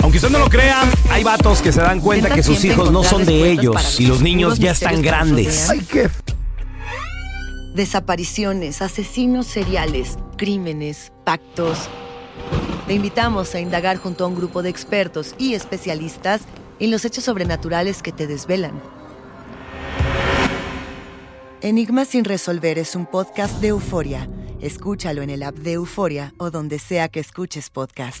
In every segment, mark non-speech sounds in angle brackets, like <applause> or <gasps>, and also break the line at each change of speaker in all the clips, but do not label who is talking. Aunque usted no lo crea, hay vatos que se dan cuenta
Intentan
que sus
siempre
hijos no son de
encontrar respuestas
ellos
para
y los
los
niños ya
misterios
están
que nos
grandes.
rodean.
qué.
Desapariciones, asesinos seriales, crímenes, pactos. Te invitamos a indagar junto a un grupo de expertos y especialistas en los hechos sobrenaturales que te desvelan. Enigma sin resolver es un podcast de euforia. Escúchalo en el app de Euforia o donde sea que escuches podcast.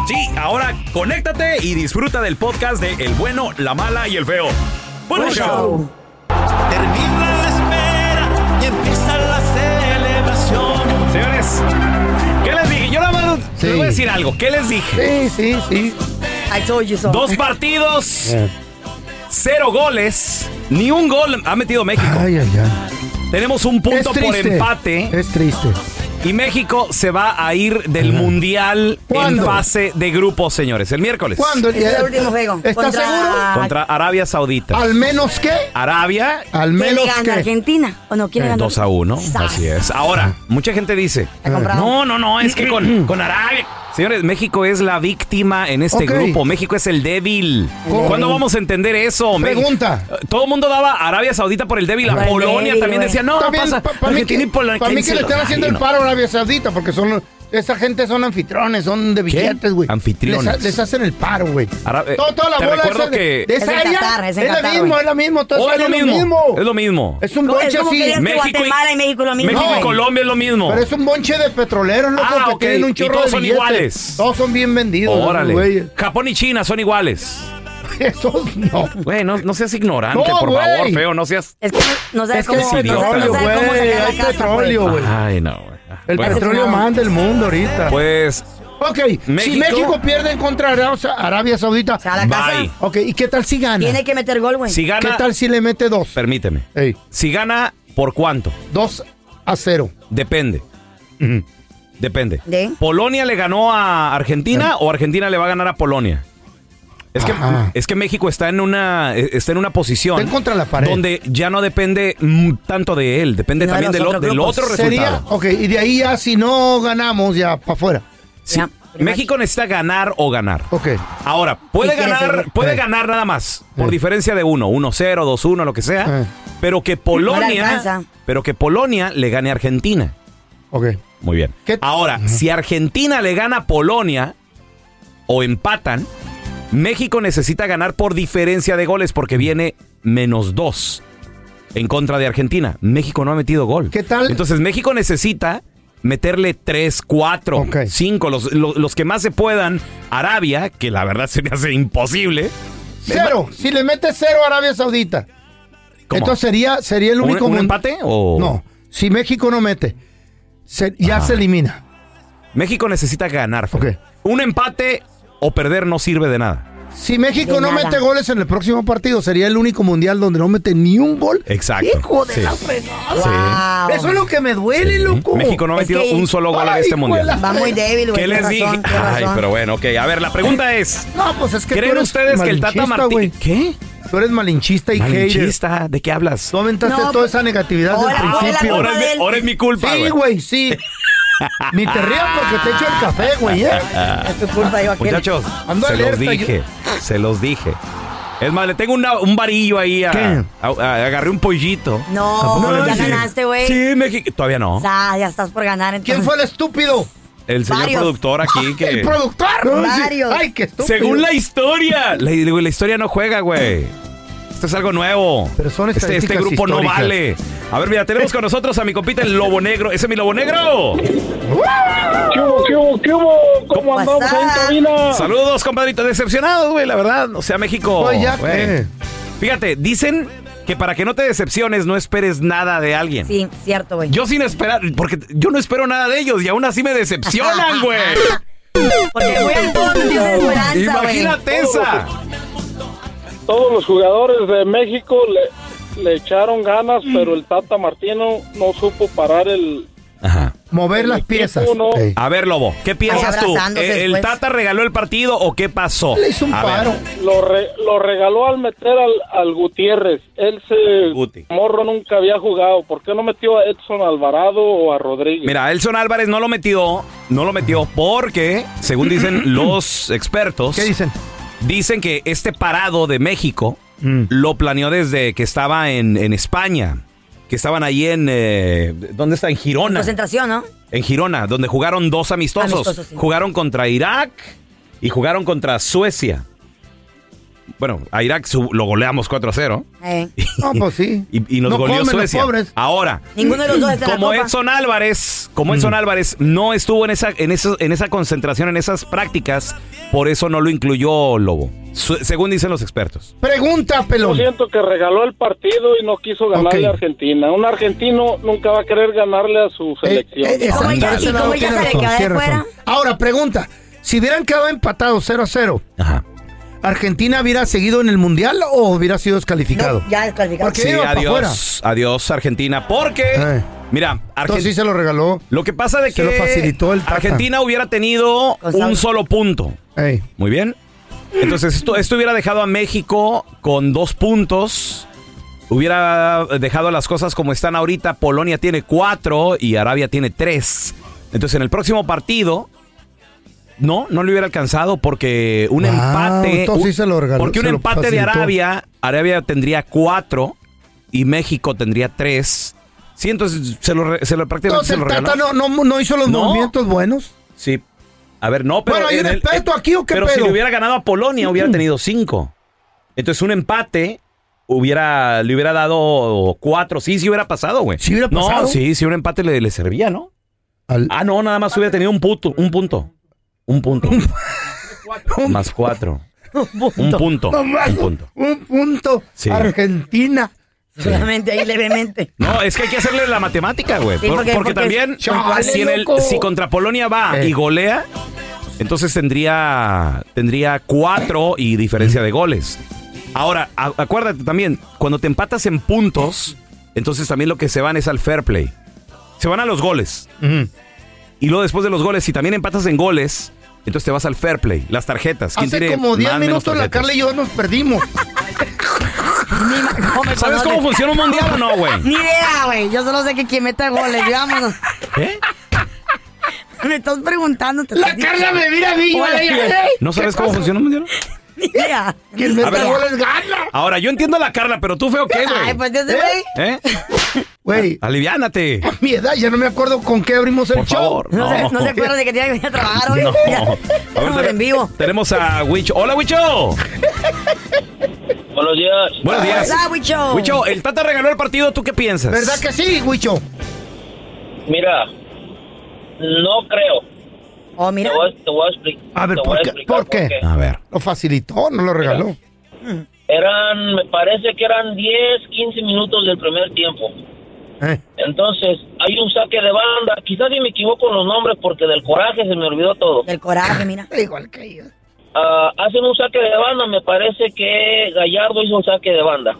Sí, ahora conéctate y disfruta del podcast de El bueno, la mala y el feo. Buen
Buen
show.
Termina la espera y empieza la celebración.
Señores, ¿qué les dije? Yo nada más
Sí.
les voy a decir algo. ¿Qué les
Sí,
dije?
sí, sí.
I told you so.
Dos partidos, cero goles, ni un gol ha metido México.
Ay, ay, ay.
Tenemos un
Es
punto por
triste.
empate
Es triste.
y México se va a ir del Mundial
¿Cuándo?
en fase de grupos, señores. El miércoles.
¿Cuándo?
Es el último juego.
¿Estás
Contra-
seguro?
Contra Arabia Saudita.
¿Al menos qué?
Arabia
Al
¿Quién le
menos
gana?
qué.
¿Argentina? ¿O no? ¿Quién le gana?
2 Eh, a 1.
¡Sas!
Así es. Ahora, mucha gente dice:
La compraron.
No, no, no, es que con, con Arabia. Señores, México es la víctima en este
Ok.
grupo. México es el débil.
¿Cómo?
¿Cuándo vamos a entender eso? Me-
Pregunta.
Todo el mundo daba a Arabia Saudita por el débil. A
Por el
Polonia
débil,
también
güey.
decía: No,
También,
pasa.
pa- para mí
Argentina
que,
y Polonia,
para mí
¿quién
que
se
le
lo
están
da?
haciendo
Ay,
el
no.
paro a Arabia Saudita porque son... Esa gente son anfitriones, son de billetes, güey.
Anfitriones.
Les, ha- les hacen el paro, güey.
Ara- eh,
Toda, toda la
te
bola
recuerdo
esa de-
que-
de
Es
esa
en
área
Qatar, es en
la
Qatar,
mismo,
güey.
es la mismo. Toda
Oh,
esa
es lo
área
mismo. Es lo mismo.
Es un
No, es
bonche
como
así.
que digas que
México y-
Guatemala y México lo mismo.
México y
No.
Colombia es lo mismo.
Pero es un bonche de petroleros, loco,
Ah,
que
ok.
tienen
Y
un chorro
todos
de
son
billetes.
iguales.
Todos son bien vendidos. esos güeyes.
Órale. Japón y China son iguales.
<laughs> Esos <laughs> no.
Güey, no, no seas ignorante,
No,
por
güey.
favor, feo. No seas.
Es que no, no sabes
Es que
cómo,
es
sí,
no sabes- no
petróleo,
sabes cómo
güey.
sacar la
Hay
casa, pues.
petróleo, güey.
Ay, no, güey.
El
Bueno,
petróleo
no.
manda el mundo ahorita.
Pues.
ok, si
México-
México pierde en contra de Arabia- Arabia Saudita.
sea, la casa
Bye.
Ok, ¿y qué tal si gana?
tiene que meter gol, güey.
Si
¿Qué
gana.
tal si le mete dos?
Permíteme.
Ey,
Si gana, ¿por cuánto?
dos a cero.
Depende. Depende.
¿De?
¿Polonia le ganó a Argentina o Argentina le va a ganar a Polonia? Es que,
Ajá.
es que México está en una eh, está en una posición
Está contra la pared.
donde ya no depende mm, tanto de él, depende
No de
también
los
del, o-
otros
del
grupos.
otro
Sería,
resultado.
ok, y de ahí ya si no ganamos, ya para afuera.
Sí,
Ya,
México necesita ganar o ganar.
Ok.
Ahora, puede
Sí, quiere
ganar,
ser-
puede
Eh.
ganar nada más, por
Eh.
diferencia de uno, 1-0, 2-1, lo que sea,
Eh.
pero que
No le
Polonia,
alcanza.
pero que Polonia le gane a Argentina.
Ok.
Muy bien.
¿Qué-
Ahora, si Argentina le gana a Polonia o empatan, México necesita ganar por diferencia de goles porque viene menos dos en contra de Argentina. México no ha metido gol.
¿Qué tal?
Entonces México necesita meterle tres, cuatro,
Ok.
cinco, los, lo- los que más se puedan. Arabia, que la verdad se me hace imposible.
Cero. Si le mete cero a Arabia Saudita.
¿Cómo?
Entonces sería, sería el
¿Un-
único.
un
mun-
empate o-
No. Si México no mete, se- ya se elimina.
México necesita ganar. Fer.
Ok.
Un empate o perder no sirve de nada.
Si México
De
no
nada.
mete goles en el próximo partido, sería el único mundial donde no mete ni un gol.
Exacto.
Hijo de
Sí.
la fregada.
Wow.
Eso es lo que me duele, loco.
México no ha
Es
metido
que-
un solo gol en
Ay,
este
hijo
mundial.
de la
Va muy débil, güey.
¿Qué les
tienes
dije?
razón, tienes
Ay,
razón.
pero bueno, ok. A ver, la pregunta es:
No, pues es que tú
¿creen
eres
ustedes que el Tata
malinchista, güey.
Martínez. ¿Qué?
Tú eres malinchista y hater.
Malinchista, ¿de qué hablas?
Tú aventaste
No,
toda esa negatividad
ahora-
del
ahora la
principio.
culpa
Ahora es,
de
mi-
él.
ahora es mi culpa.
Sí,
güey.
güey, sí. Ni te rías porque te echo el café, güey. ¿eh?
<laughs> Es tu culpa, yo aquí.
Muchachos,
Ando
se los
alerta, yo-
dije. Se los dije. Es más, le tengo una- un varillo ahí. A,
¿Qué?
a- a- agarré un pollito.
No,
No,
ya
sí.
ganaste, güey.
Sí, México. Todavía no.
Sa, ya estás por ganar.
¿Quién
entonces.
fue el estúpido?
El señor
Varios.
productor aquí que.
El productor.
No, sí.
Ay, qué estúpido.
Según la historia. La, la historia no juega, güey. Esto es algo nuevo.
Pero son
Este- este,
estadísticas
grupo no
históricas.
vale. A ver, mira, tenemos con nosotros a mi compita el Lobo Negro. ¿Ese es mi Lobo Negro?
¿Qué hubo, qué hubo, qué hubo? ¿Cómo
¿Cómo
andamos ahí en
está?
cabina?
Saludos, compadrito. Decepcionado, güey, la verdad. O sea, México.
Oye, ya eh.
güey.
qué.
Fíjate, dicen que para que no te decepciones, no esperes nada de alguien.
Sí, cierto, güey.
Yo sin esperar, porque yo no
<laughs>
espero nada de ellos y aún así me decepcionan, güey.
Porque voy a todos los días de esperanza,
Imagínate esa.
Todos los jugadores de México le, le echaron ganas,
Mm.
pero el Tata Martino no supo parar el.
Mover las piezas.
equipo, ¿no?
Ey.
A ver, Lobo, ¿qué piensas
Ahí
tú?
abrazándose
¿E- ¿El
después.
Tata regaló el partido o qué pasó?
Le hizo un
A ver.
paro.
Lo, re- lo regaló al meter al, al Gutiérrez. Él se.
Guti.
Morro nunca había jugado. ¿Por qué no metió a Edson Alvarado o a Rodríguez?
Mira, Elson Álvarez no lo metió, no lo metió porque, según dicen los expertos,
¿Qué dicen?
dicen que este parado de México
Mm.
lo planeó desde que estaba en, en España, que estaban ahí en... eh, ¿Dónde está? En Girona.
Concentración, ¿no?
En Girona, donde jugaron dos amistosos.
Amistosos, sí.
Jugaron contra Irak y jugaron contra Suecia. Bueno, a Irak su- lo goleamos 4-0
Eh.
No, pues
<laughs>
sí.
y, y nos
no
goleó
comen los
Suecia.
pobres.
Ahora,
Ninguno de los dos está en la
como
copa.
Edson Álvarez, como
Mm.
Edson Álvarez no estuvo en esa, en, eso- en esa concentración, en esas prácticas, por eso no lo incluyó Lobo, Su- según dicen los expertos.
Pregunta,
Yo
pelón.
siento que regaló el partido y no quiso ganarle
Ok.
a Argentina. Un argentino nunca va a querer ganarle a su selección.
Eh, eh,
Como
exacto,
ella-
ese
y
lado
como ella
tiene
se le
razón,
quedó de
tiene
fuera.
razón. Ahora, pregunta. Si hubieran quedado empatados 0 a 0,
Ajá.
¿Argentina hubiera seguido en el Mundial o hubiera sido descalificado?
No, ya descalificado.
¿Por qué?
Sí,
iba pa'
adiós, adiós Argentina, porque,
Eh.
mira,
Entonces sí
Argentina...
se lo regaló.
Lo que pasa de
Se
que
lo facilitó el Tata.
Argentina hubiera tenido
Con
un
saldo.
solo punto.
Ey.
Muy bien. Entonces, esto, esto hubiera dejado a México con dos puntos. Hubiera dejado las cosas como están ahorita. Polonia tiene cuatro y Arabia tiene tres. Entonces, en el próximo partido, no, no le hubiera alcanzado porque un
Wow,
empate.
Ah, entonces
un-
sí se lo regaló,
porque un
se lo
empate de
facilitó.
Arabia, Arabia tendría cuatro y México tendría tres. Sí, entonces se lo, re- se lo prácticamente
Entonces
se lo
el Tata
regaló.
no, no, no hizo los
No.
movimientos buenos.
Sí. A ver, no, pero.
Bueno, ¿hay
en
un
el- eh,
experto aquí o qué
Pero si
pedo? Mm.
le hubiera ganado a Polonia, hubiera tenido cinco. Entonces, un empate hubiera, le hubiera dado cuatro. Sí, sí hubiera pasado, güey.
Sí hubiera pasado.
No, sí, sí, un empate le, le servía, ¿no?
Al-
Ah, no, nada más hubiera tenido un punto. Un punto. Un punto.
<laughs>
Más cuatro. Un punto.
No
Un
mames,
punto.
un punto.
Sí.
Argentina.
Solamente ahí levemente.
No, es que hay que hacerle la matemática, güey.
Sí,
Por- porque,
porque- porque-
también,
Chale,
si, en el-
loco.
si contra Polonia va
Eh.
y golea, entonces tendría, tendría cuatro y diferencia de goles. Ahora, a- acuérdate también, cuando te empatas en puntos, entonces también lo que se van es al fair play. Se van a los goles. Y luego después de los goles, si también empatas en goles, entonces te vas al fair play, las tarjetas. ¿Quién
Hace
tiene
como 10
más, menos
minutos la
tarjetas?
Carla y yo nos perdimos.
<laughs> ¿Sabes cómo funciona un mundial o no, güey?
<laughs> Ni idea, güey. Yo solo sé que quien meta goles, yo, vámonos.
<laughs> ¿Eh?
<laughs> Me estás preguntando. te
la
estoy
Carla me mira a mí. yo le digo, "Ey,
¿No sabes cómo funciona un mundial?
Ni idea.
<laughs> Quien
A ver.
meta goles gana.
Ahora, yo entiendo a la Carla, pero
<laughs>
tú feo qué, güey.
Ay, pues ese güey.
¿Eh?
Güey,
Aliviánate.
a mi edad ya no me acuerdo con qué abrimos el
Por
show.
favor.
No,
No. <laughs>
se, no se acuerda de que tenía que venir a trabajar hoy.
<laughs>
No.
Ya,
A ver,
Estamos
tene-
en vivo.
Tenemos a Wicho. Hola, Wicho.
Buenos días.
Buenos días.
Hola, Wicho.
Wicho, el Tata regaló el partido. ¿Tú qué piensas?
¿Verdad que sí, Huicho?
Mira, no creo.
Oh, mira.
A ver, ¿por qué? ¿Por qué?
A ver.
Lo facilitó, no lo regaló.
Eran, me parece que eran 10, 15 minutos del primer tiempo.
Eh.
Entonces, hay un saque de banda. Quizás si me equivoco en los nombres porque del coraje se me olvidó todo.
Del
<laughs>
coraje, mira.
Igual que yo.
Ah, hacen un saque de banda, me parece que Gallardo hizo un saque de banda.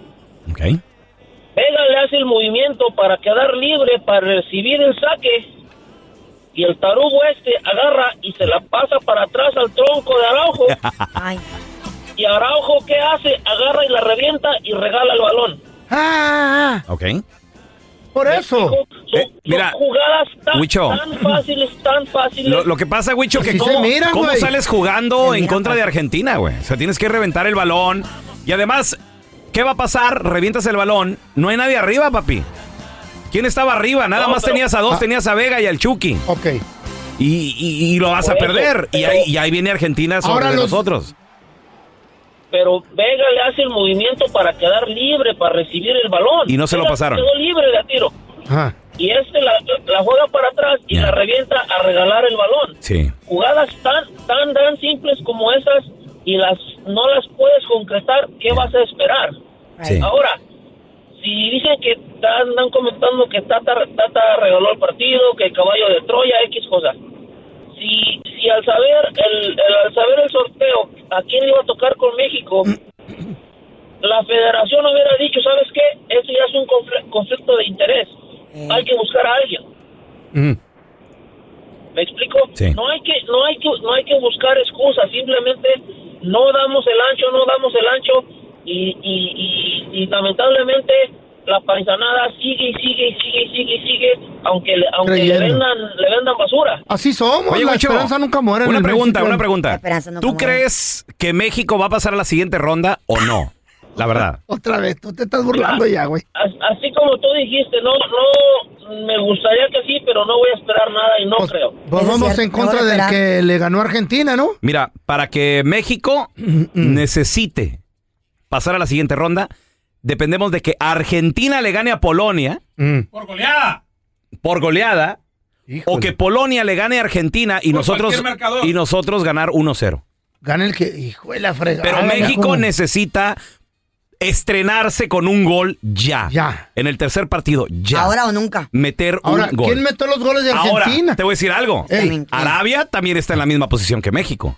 Ok.
Vega le hace el movimiento para quedar libre, para recibir el saque. Y el tarugo este agarra y se la pasa para atrás al tronco de Araujo.
Ay.
Y Araujo, ¿qué hace? Agarra y la revienta y regala el balón.
Ah,
Ok.
por eso.
Son,
Eh, mira,
son jugadas tan,
Huicho.
tan fáciles, tan fáciles.
Lo, lo que pasa, Wicho, que
Así Pues se
cómo,
mira,
cómo
güey.
sales jugando
Se
en
mira,
contra
pa-
de Argentina, güey. O sea, tienes que reventar el balón. Y además, ¿qué va a pasar? Revientas el balón. No hay nadie arriba, papi. ¿Quién estaba arriba? Nada
No,
más
pero-
tenías a dos, tenías a Vega y al Chucky.
ah. Ok.
Y, y- y lo vas a
Por eso,
perder. Y
pero-
ahí, y ahí viene Argentina sobre
Ahora
de
los-
nosotros.
Pero Vega le hace el movimiento para quedar libre, para recibir el balón.
Y no se lo
Vega
pasaron.
Quedó libre de tiro.
Ajá.
Y este la, la juega para atrás y
Ya.
la revienta a regalar el balón.
Sí.
Jugadas tan, tan, tan simples como esas y las no las puedes concretar, ¿qué vas a esperar?
Sí.
Ahora, si dicen que ta- andan comentando que Tata, Tata regaló el partido, que el caballo de Troya, X cosas. Si, si al saber el, el- al saber el sorteo
a quién le iba a tocar con México, la federación hubiera dicho, ¿sabes qué? Esto ya es un confl- conflicto de interés. Hay que buscar a alguien.
Mm.
¿Me explico?
Sí.
No hay que no hay que no hay que buscar excusas, simplemente no damos el ancho, no damos el ancho y, y, y, y lamentablemente la paisanada sigue y sigue y sigue y sigue y sigue aunque le, aunque le
Creyendo.
vendan le vendan basura.
Así somos,
Oye,
la
güey, Chavo,
esperanza nunca muere. en
Una
el
pregunta,
México.
una pregunta.
esperanza nunca
¿Tú
muere.
crees que México va a pasar a la siguiente ronda o no? La verdad.
Otra vez, tú te estás burlando ya, güey.
As- así como tú dijiste, no no me gustaría que sí, pero no voy a esperar nada y no
Pues,
creo.
pues
Eso es
vamos
cierto,
en
no
contra
voy a
del
esperar.
que le ganó a Argentina, ¿no?
Mira, para que México necesite pasar a la siguiente ronda, dependemos de que Argentina le gane a Polonia
Mm.
Por goleada.
por goleada o que Polonia le gane a Argentina y
Por
nosotros
cualquier marcador.
y nosotros ganar 1-0.
Gana el que. Hijo de la fregada.
Pero
güey,
México
¿cómo?
necesita estrenarse con un gol ya.
Ya.
En el tercer partido, ya.
Ahora o nunca.
meter
Ahora,
un gol.
¿quién metió los goles de
Ahora,
Argentina?
te voy a decir algo.
Ey.
También.
Arabia también está en la misma posición que México.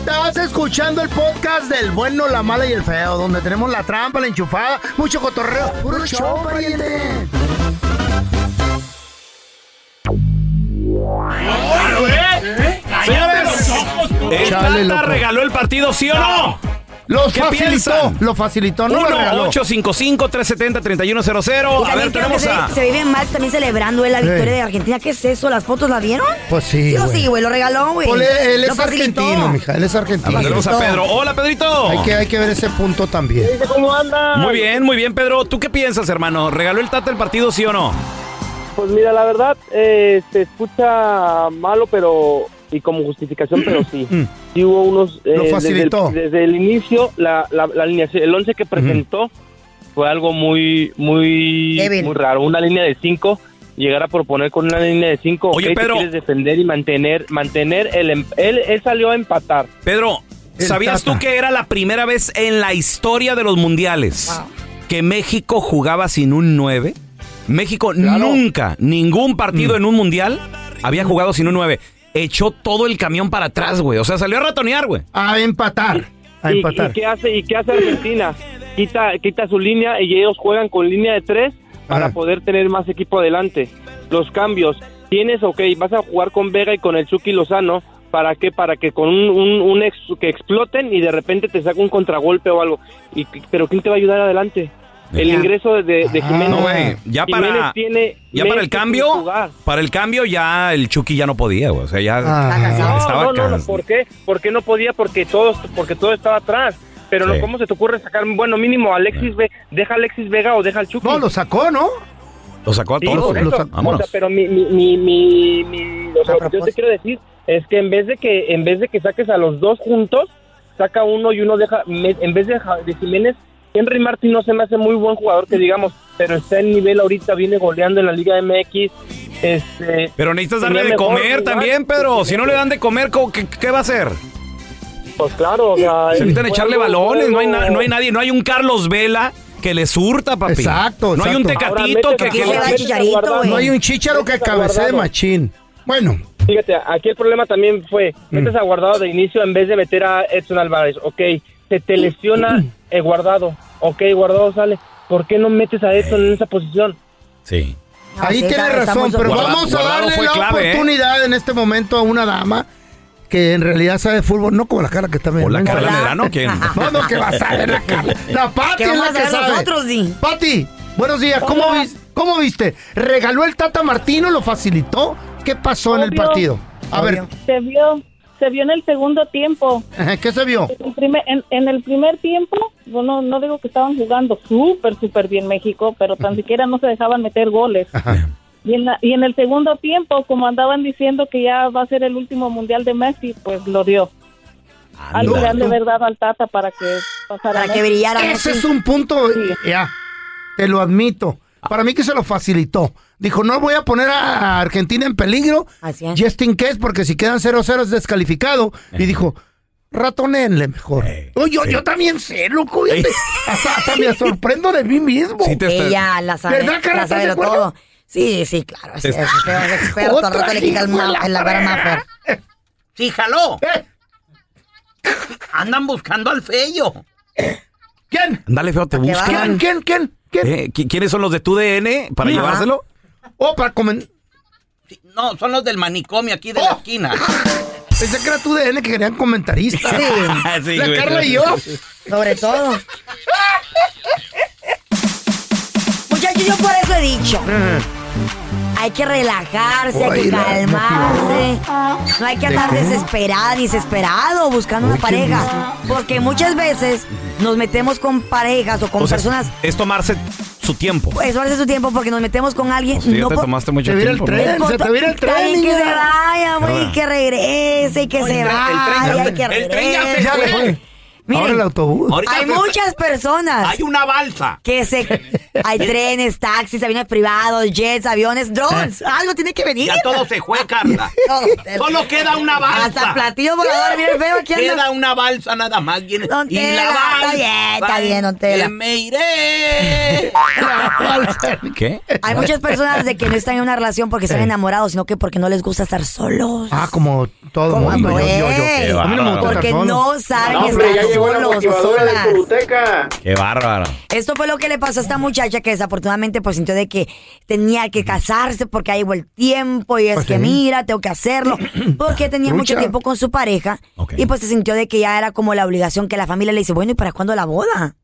Estás escuchando el podcast del bueno, la mala y el feo, donde tenemos la trampa, la enchufada, mucho cotorreo. ¡Puro show, pariente!
Cállate los ojos, tú.
El
Chale,
Tata
loco.
regaló el partido, ¿sí o no?
Los
¿Qué
facilitó,
piensan?
lo facilitó, no lo regaló.
1-855-370-3100.
Y
A ver,
también creo que
tenemos
se,
a.
se vive mal también celebrando eh, la victoria
Sí.
de Argentina. ¿Qué es eso? ¿Las fotos la vieron?
Pues sí,
Sí o
güey.
sí, güey, lo regaló, güey.
Pues él, él
Lo
es
facilitó.
argentino, mija, él es
a ver,
argentino.
tenemos a Pedro. Hola, Pedrito.
Hay que, hay que ver ese punto también.
Dice, ¿Cómo anda?
Muy bien, muy bien, Pedro. ¿Tú qué piensas, hermano? ¿Regaló el Tata el partido, sí o no?
Pues mira, la verdad, eh, se escucha malo, pero. Y como justificación, pero sí.
Mm.
Sí hubo unos. eh,
Lo facilitó.
Desde el, desde el inicio, la, la, la alineación, el 11 que presentó fue algo muy. Muy.
Débil.
Muy raro. Una línea de 5. Llegar a proponer con una línea de 5.
Oye, Pedro.
Quieres defender y mantener. Mantener el. em- Él, él salió a empatar.
Pedro,
El
¿sabías
Tata.
tú que era la primera vez en la historia de los mundiales que México jugaba sin un 9? México nunca, ningún partido
Mm.
en un mundial había jugado sin un 9. Echó todo el camión para atrás, güey. O sea, salió a ratonear, güey.
A empatar, a
¿Y,
empatar.
y qué hace, ¿Y qué hace Argentina? Quita, quita su línea y ellos juegan con línea de tres para
Ajá.
poder tener más equipo adelante. Los cambios. Tienes, ok, vas a jugar con Vega y con el Chucky Lozano. ¿Para qué? Para que con un, un, un ex, que exploten y de repente te saca un contragolpe o algo. Y, ¿Pero quién te va a ayudar adelante? El
Ya.
ingreso de, de, de
Ah,
Jiménez.
no,
güey, ya para-
Jiménez tiene
Ya para
meses sin
el cambio,
jugar.
para el cambio ya el Chucky ya no podía, güey. O sea, ya
Ah.
ya
No,
estaba
no, no, no,
cansado.
¿por qué? ¿Por qué no podía? Porque todo, porque todo estaba atrás. Pero
Sí.
no, ¿cómo se te ocurre sacar? Bueno, mínimo Alexis, Ve- deja a Alexis Vega o deja al Chucky.
No, lo sacó, ¿no?
Lo sacó a
Sí, por
todos, güey.
lo
eso.
sacó.
O
Vámonos. Ah, pues
sea, pero mi, mi, mi, mi, mi- o sea,
A
lo que yo te
propósito.
quiero decir es que en vez de que en vez de que saques a los dos juntos, saca uno y uno deja me- en vez de, Ja- de Jiménez, Henry Martin no se me hace muy buen jugador que digamos, pero está en nivel ahorita, viene goleando en la Liga MX. Este,
Pero necesitas darle
Tenía
de
mejor
comer
lugar.
también, Pedro. Si no le dan de comer, ¿cómo- ¿qué, qué va a hacer?
pues claro, o sea,
Se necesitan
el
echarle
juego-
balones, no hay, na-
juego-
no hay nadie, no hay un Carlos Vela que le surta, papi.
Exacto,
No hay un
exacto.
tecatito
Ahora,
que,
métete a
que le-
Ahora,
guardar,
métete a guardar.
No hay un chícharo que
Está
cabece de
guardado.
machín. Bueno,
Fíjate, aquí el problema también fue, metes a Guardado de inicio en vez de meter a Edson Álvarez, ok, se te lesiona el Guardado, ok, Guardado sale, ¿por qué no metes a Edson en esa posición?
Sí.
No,
Ahí
sí,
tiene
está-
razón,
estamos-
pero
Guardado-
vamos a
Guardado
darle
fue
la
clave, ¿eh?
oportunidad en este momento a una dama que en realidad sabe fútbol, no como la cara que está
¿O la
viendo.
Carla Medrano? ¿Quién?
<laughs> No, no, que va a saber la Carla. La Pati
¿Qué
es
vamos
la
a
que
hacer
sabe.
nosotros, Di?
Pati, buenos días. ¿Cómo, vis- cómo viste? ¿Regaló el Tata Martino? ¿Lo facilitó? ¿Qué pasó en el
Obvio.
partido? A
Obvio.
se vio se vio en el segundo tiempo
ver, <laughs> ¿qué se vio?
en, primer- en- en el primer tiempo yo no no digo que estaban jugando súper súper bien México pero tan siquiera no se dejaban meter goles
Ajá.
y en, la- y en el segundo tiempo como andaban diciendo que ya va a ser el último mundial de Messi pues lo dio
Algo le han de verdad al Tata para que pasara.
Para
¿no?
que brillara.
Ese es un punto, ya, te lo admito. Para mí que se lo facilitó. Dijo, no voy a poner a a Argentina en peligro,
Así es.
just in case, porque si quedan 0-0 es descalificado.
Eh.
Y dijo, ratonenle mejor. Uy, yo, yo también sé, loco.
<laughs>
ya te- hasta, hasta me sorprendo de mí mismo.
Sí te-
Ella la sabe,
¿Verdad, Carla?
la
¿Estás
sabe
de
lo
acuerdo?
todo. Sí, sí, claro. Es, es,
Te-
es experto. Al rato le quita el, ma- el la cara más fea.
Fíjalo,
Eh,
andan buscando al feyo.
¿Quién?
Ándale, feo, te
¿Para qué va?
¿Quién?
buscan.
¿Quién? ¿Quién? ¿Quién?
Eh, ¿qui- ¿Quiénes son los de tu DN para
Ajá.
llevárselo?
Oh, para comen-
Sí, No, son los del manicomio aquí de la
¡Oh!
<laughs>
esquina.
Pensé que era tu DN que querían comentaristas.
Ah, Sí,
la
güey.
Carla y yo.
Sobre todo. Muchachos, Pues yo por eso he dicho. Hay que relajarse, hay que
Oíla,
calmarse. No hay que andar desesperada, desesperado buscando una pareja. Porque muchas veces nos metemos con parejas o con
O sea,
personas.
es tomarse su tiempo.
Eso hace su tiempo porque nos metemos con alguien.
Sí, ya
no
te
por-
tomaste mucho
Te viene el
tiempo.
tren.
Con
Se
to-
te va a ir el
Está
tren,
bien que
niña.
se vaya, güey,
Ahorita.
que regrese y que se
Ah,
vaya, y que
el tren ya se
regrese.
Ya le fue.
Miren,
Ahora el autobús.
Ahorita
hay
se-
<laughs>
muchas personas
Hay una balsa.
que se... Hay trenes, taxis, aviones privados, jets, aviones, drones. Algo tiene que venir.
Eh. Ya todo se fue,
<laughs>
Carla.
No,
<laughs> Solo queda una balsa.
Hasta platillo volador, bien feo. Aquí anda.
Queda una balsa nada más. Y, en-
Don
y
Tela,
la
está
balsa.
bien, está bien, don Tela.
que Me iré.
¿Qué?
Hay muchas personas de que no están en una relación porque están enamorados, sino que porque no les gusta estar solos.
Ah, como todo
¿Cómo
mundo. Yo, yo, yo.
es?
A mí no me gusta
Porque
estar solo.
no saben estar solos o solas.
Qué bárbaro.
Esto fue lo que le pasó a esta muchacha que desafortunadamente pues sintió de que tenía que casarse porque ahí llegó el tiempo y es
Pues
que
sí.
mira, tengo
<clears throat>
que hacerlo, porque tenía mucho
Trucha.
tiempo con su pareja
Ok.
y pues se sintió de que ya era como la obligación que la familia le dice, bueno, ¿y para cuándo la boda?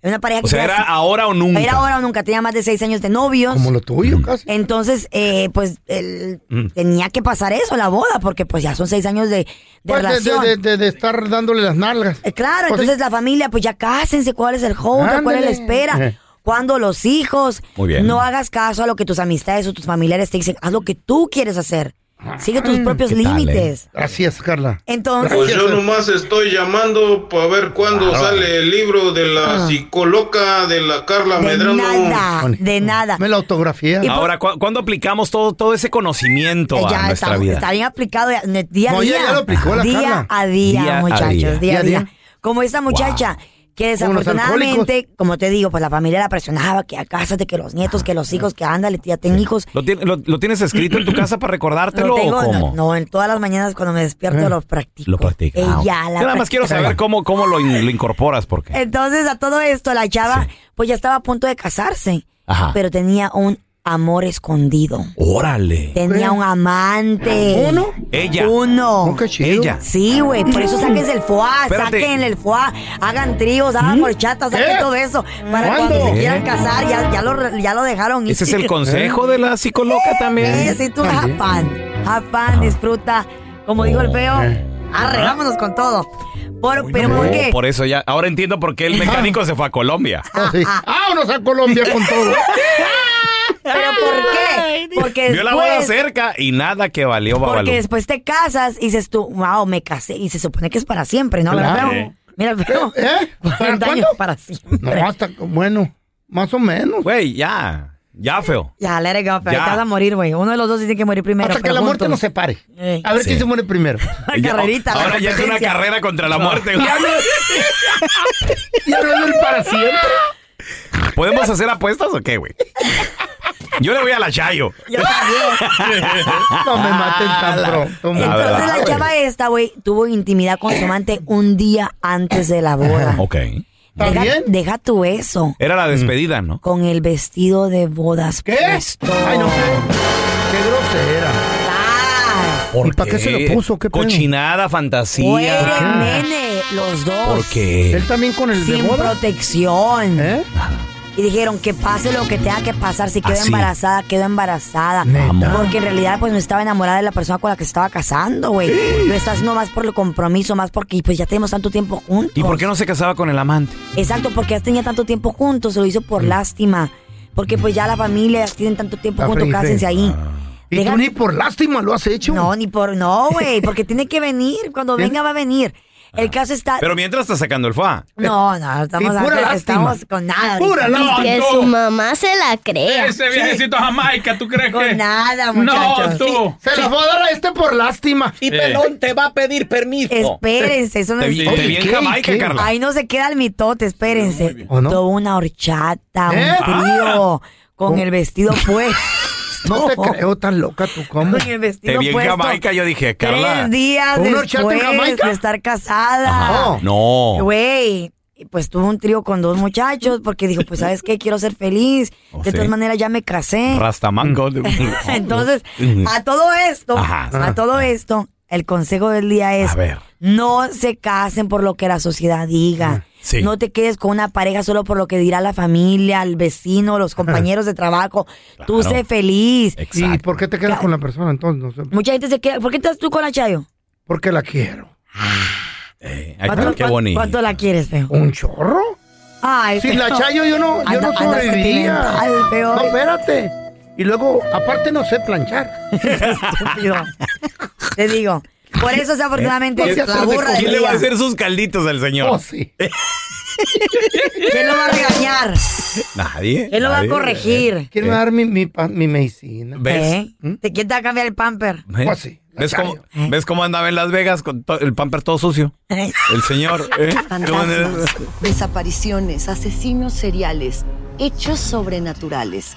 Es una pareja que
O sea,
ya
era
se-
ahora o nunca.
era ahora o nunca, tenía más de seis años de novios.
Como lo tuyo, casi. Mm.
Entonces, eh, pues él tenía que pasar eso, la boda, porque pues ya son seis años de, de
Pues, de-
relación.
de, de- de estar dándole las nalgas.
Eh, Claro,
Pues,
entonces la familia, pues ya cásense, cuál es el hold, cuál es la
Ándale.
espera,
Eh.
cuándo los hijos.
Muy bien.
No hagas caso a lo que tus amistades o tus familiares te dicen, haz lo que tú quieres hacer. Sigue
Mm,
tus propios
Mm.
eh?
¿qué tal, eh?
límites. Eh,
Gracias, Carla.
Entonces,
Pues yo nomás estoy llamando para ver cuándo sale el libro de
Ah.
la psicóloga de la Carla
de
Medrano.
nada,
Bonito.
de nada.
Me la autografía.
Y-
Ahora, ¿cu- ¿cuándo aplicamos todo, todo ese conocimiento
Eh,
a
ya
nuestra
está,
vida?
está bien aplicado ya, ne- día a
No, ya-
día.
ya lo aplicó la
día
Carla.
a día,
Día a
muchachos, día.
día.
a
Día a
día.
día.
Como esta muchacha que
Como los
desafortunadamente, como te digo, pues la familia la presionaba, que acásate, que los nietos, que los hijos, que ándale, ya ten hijos.
¿Lo, tiene- lo- lo tienes escrito en tu casa para recordártelo
Lo tengo,
o cómo?
no, no, en todas las mañanas cuando me despierto lo practico.
Lo practicas.
Ella
Ah, ok.
la
Yo nada más quiero
practica.
saber cómo, cómo lo, in- lo incorporas, porque.
Entonces, a todo esto, la chava, pues ya estaba a punto de casarse,
Ajá.
pero tenía un amor escondido.
Órale.
Tenía un amante. ¿Uno?
Ella.
Uno.
Oh, qué chido.
Ella.
Sí, güey, por eso sáquense el foie,
Espérate. ¿Mm?
saquen el foie, hagan tríos, hagan horchatas, saquen
¿Eh?
todo eso. Para
¿Cuándo?
cuando se
¿Eh?
quieran casar, ya, ya, lo, ya lo dejaron ir.
Ese es el consejo de la psicóloga
Eh,
también.
sí, tú Japan. Japan, disfruta. Como dijo el feo, arre, vámonos con todo. Por- pero ¿por
Oh,
qué?
por eso ya. Ahora entiendo por
<laughs>
qué el mecánico se fue a Colombia.
Ah, sí. Vámonos a Colombia con todo.
¿Pero por qué? Porque después,
Vio la boda cerca y nada que valió, Babalu.
porque después te casas y dices tú, wow, me casé. Y se supone que es para siempre, ¿no? ¿Verdad,
Claro.
feo? Mira el feo. <laughs>
¿Eh? ¿Para
40 años
cuándo?
para siempre.
No, hasta, bueno, más o menos.
Güey, ya. Ya, feo.
Ya, let it go, pero
Ya.
te vas a morir, güey. Uno de los dos tiene que morir primero.
hasta que
pero
la muerte
juntos.
nos separe.
Ey.
A ver
Sí.
quién se muere
<laughs>
primero.
La
Ya-
Eh. carrerita, la
Ahora ya es una
competencia.
carrera contra la muerte. güey.
Ya no es el para siempre.
¿Podemos hacer apuestas o qué, güey? Yo le voy a la Chayo.
Yo también.
No me maten tan pronto.
<laughs> Ah, La
madre.
Entonces
verdad,
la chava esta, güey, tuvo intimidad con su amante un día antes de
<laughs>
la boda.
Ok.
Deja,
¿También?
deja tu eso.
Era la despedida, ¿no?
Con el vestido de bodas
¿Qué?
puesto.
Ay, no. Qué grosera.
¡Ah!
¿Por
¿Y para qué se lo puso? ¿Qué pedo?
Cochinada, fantasía.
Güey, nene, los dos.
¿Por qué?
Él también con el de
Eh, Sin
boda.
protección.
¿Eh? Ah,
Y dijeron que pase lo que tenga que pasar. Si quedó
Así.
embarazada, quedó embarazada.
Neta.
Porque en realidad, pues no estaba enamorada de la persona con la que se estaba
<gasps>
casando, güey. Lo está haciendo más por el compromiso, más porque pues ya tenemos tanto tiempo juntos.
¿Y por qué no se casaba con el amante?
Exacto, porque ya tenía tanto tiempo juntos, se lo hizo por lástima. Porque pues ya la familia ya tienen tanto
Mm.
tiempo
La
juntos,
Fri-Fri.
cásense ahí.
Y
Deja-
tú ni por lástima lo has hecho. <laughs>
No, ni por. No, güey, porque tiene que venir. Cuando
Tiene-
venga va a venir. El caso está.
Pero mientras está sacando el fa.
No, no, estamos,
Sí, pura
hablando-
lástima.
estamos con nada.
Pura
ahorita.
lástima.
Que su mamá se la crea.
Ese viejecito a Jamaica, ¿tú crees que?
nada,
No,
muchachos.
tú.
Se las voy a dar a este por lástima.
Y Pelón
te va a pedir permiso.
Espérense, eso no
Te vi-
es.
te vi en ¿Qué? Jamaica, ¿Qué? Carla.
Ahí no se queda el mitote, espérense.
¿O no?
Todo una horchata,
¿Eh?
un trío, con
¿Cómo?
el vestido puesto.
<laughs> No te creo tan loca tú, ¿cómo?
Con el vestido
Te vi en
puesto.
Jamaica, yo dije, Carla.
Tres días
¿Una horchata en
después
Jamaica?
de estar casada.
No.
Güey, pues tuve un trío con dos muchachos porque dijo, pues, ¿sabes qué? Quiero ser feliz. de
Oh,
sí.
todas maneras, ya me casé.
<laughs>
Rastamango.
<laughs> Entonces,
Mm.
a todo esto,
Ajá.
a todo esto, el consejo del día es,
A ver.
no se casen por lo que la sociedad diga.
Sí.
No te quedes con una pareja solo por lo que dirá la familia, el vecino, los compañeros de trabajo. Tú
Claro.
sé feliz.
¿Y por qué te quedas con la persona entonces? No sé.
Mucha gente se queda. ¿Por qué estás tú con la Chayo?
Porque la quiero.
Ahí está, qué bonito.
¿Cuánto la quieres, feo?
¿Un chorro?
Ay,
Sin la
feo.
Chayo yo no, yo
Anda-
no
anda
sobrevivía.
sentimental, feo.
No, espérate. Y luego, aparte no sé planchar.
Estúpido. Te digo. Por eso, desafortunadamente,
¿Eh?
la burra del
¿Quién le va a
día.
hacer sus calditos al señor?
Oh, ¿Quién lo va a regañar?
Nadie.
Él lo va a
nadie. ¿eh?
corregir.
Quiero dar mi, mi, pa- mi medicina.
¿Ves?
¿Eh? ¿De quién te va a cambiar el pamper?
¿Ves?
Pues
¿Ves, cómo, ¿Ves cómo andaba en Las Vegas con to- el pamper todo sucio?
<laughs>
El señor.
<laughs>
¿eh?
Fantasmas, desapariciones, asesinos seriales, hechos sobrenaturales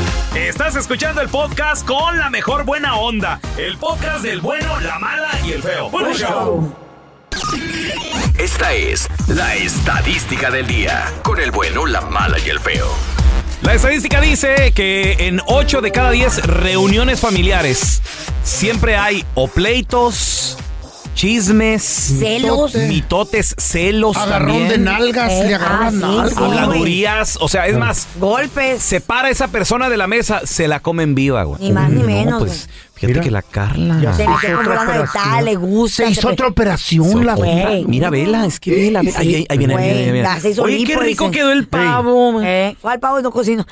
Estás escuchando el podcast con la mejor buena onda. El podcast del bueno, la mala y el feo. Buen show.
Esta es la estadística del día. Con el bueno, la mala y el feo.
La estadística dice que en 8 de cada 10 reuniones familiares siempre hay o pleitos, chismes,
Celos.
mitotes, celos
Agarrón
también.
de nalgas, le agarran nalgas.
Habladurías, o sea, es más,
golpes.
Separa a esa persona de la mesa, se la comen viva, güey.
Ni más ni
No,
menos,
pues, fíjate que la Carla.
Ya Se le hizo quedó otra colgando de operación. tal, le gusta,
Se hizo
se-
otra operación, la
Güey.
verdad.
Mira, vela, es que vela. ve- Ahí, ahí, ahí viene, ahí viene, ahí viene.
La se hizo
Oye, qué
lipo,
rico
dicen.
quedó el pavo. man.
¿Eh? ¿Cuál pavo no cocino?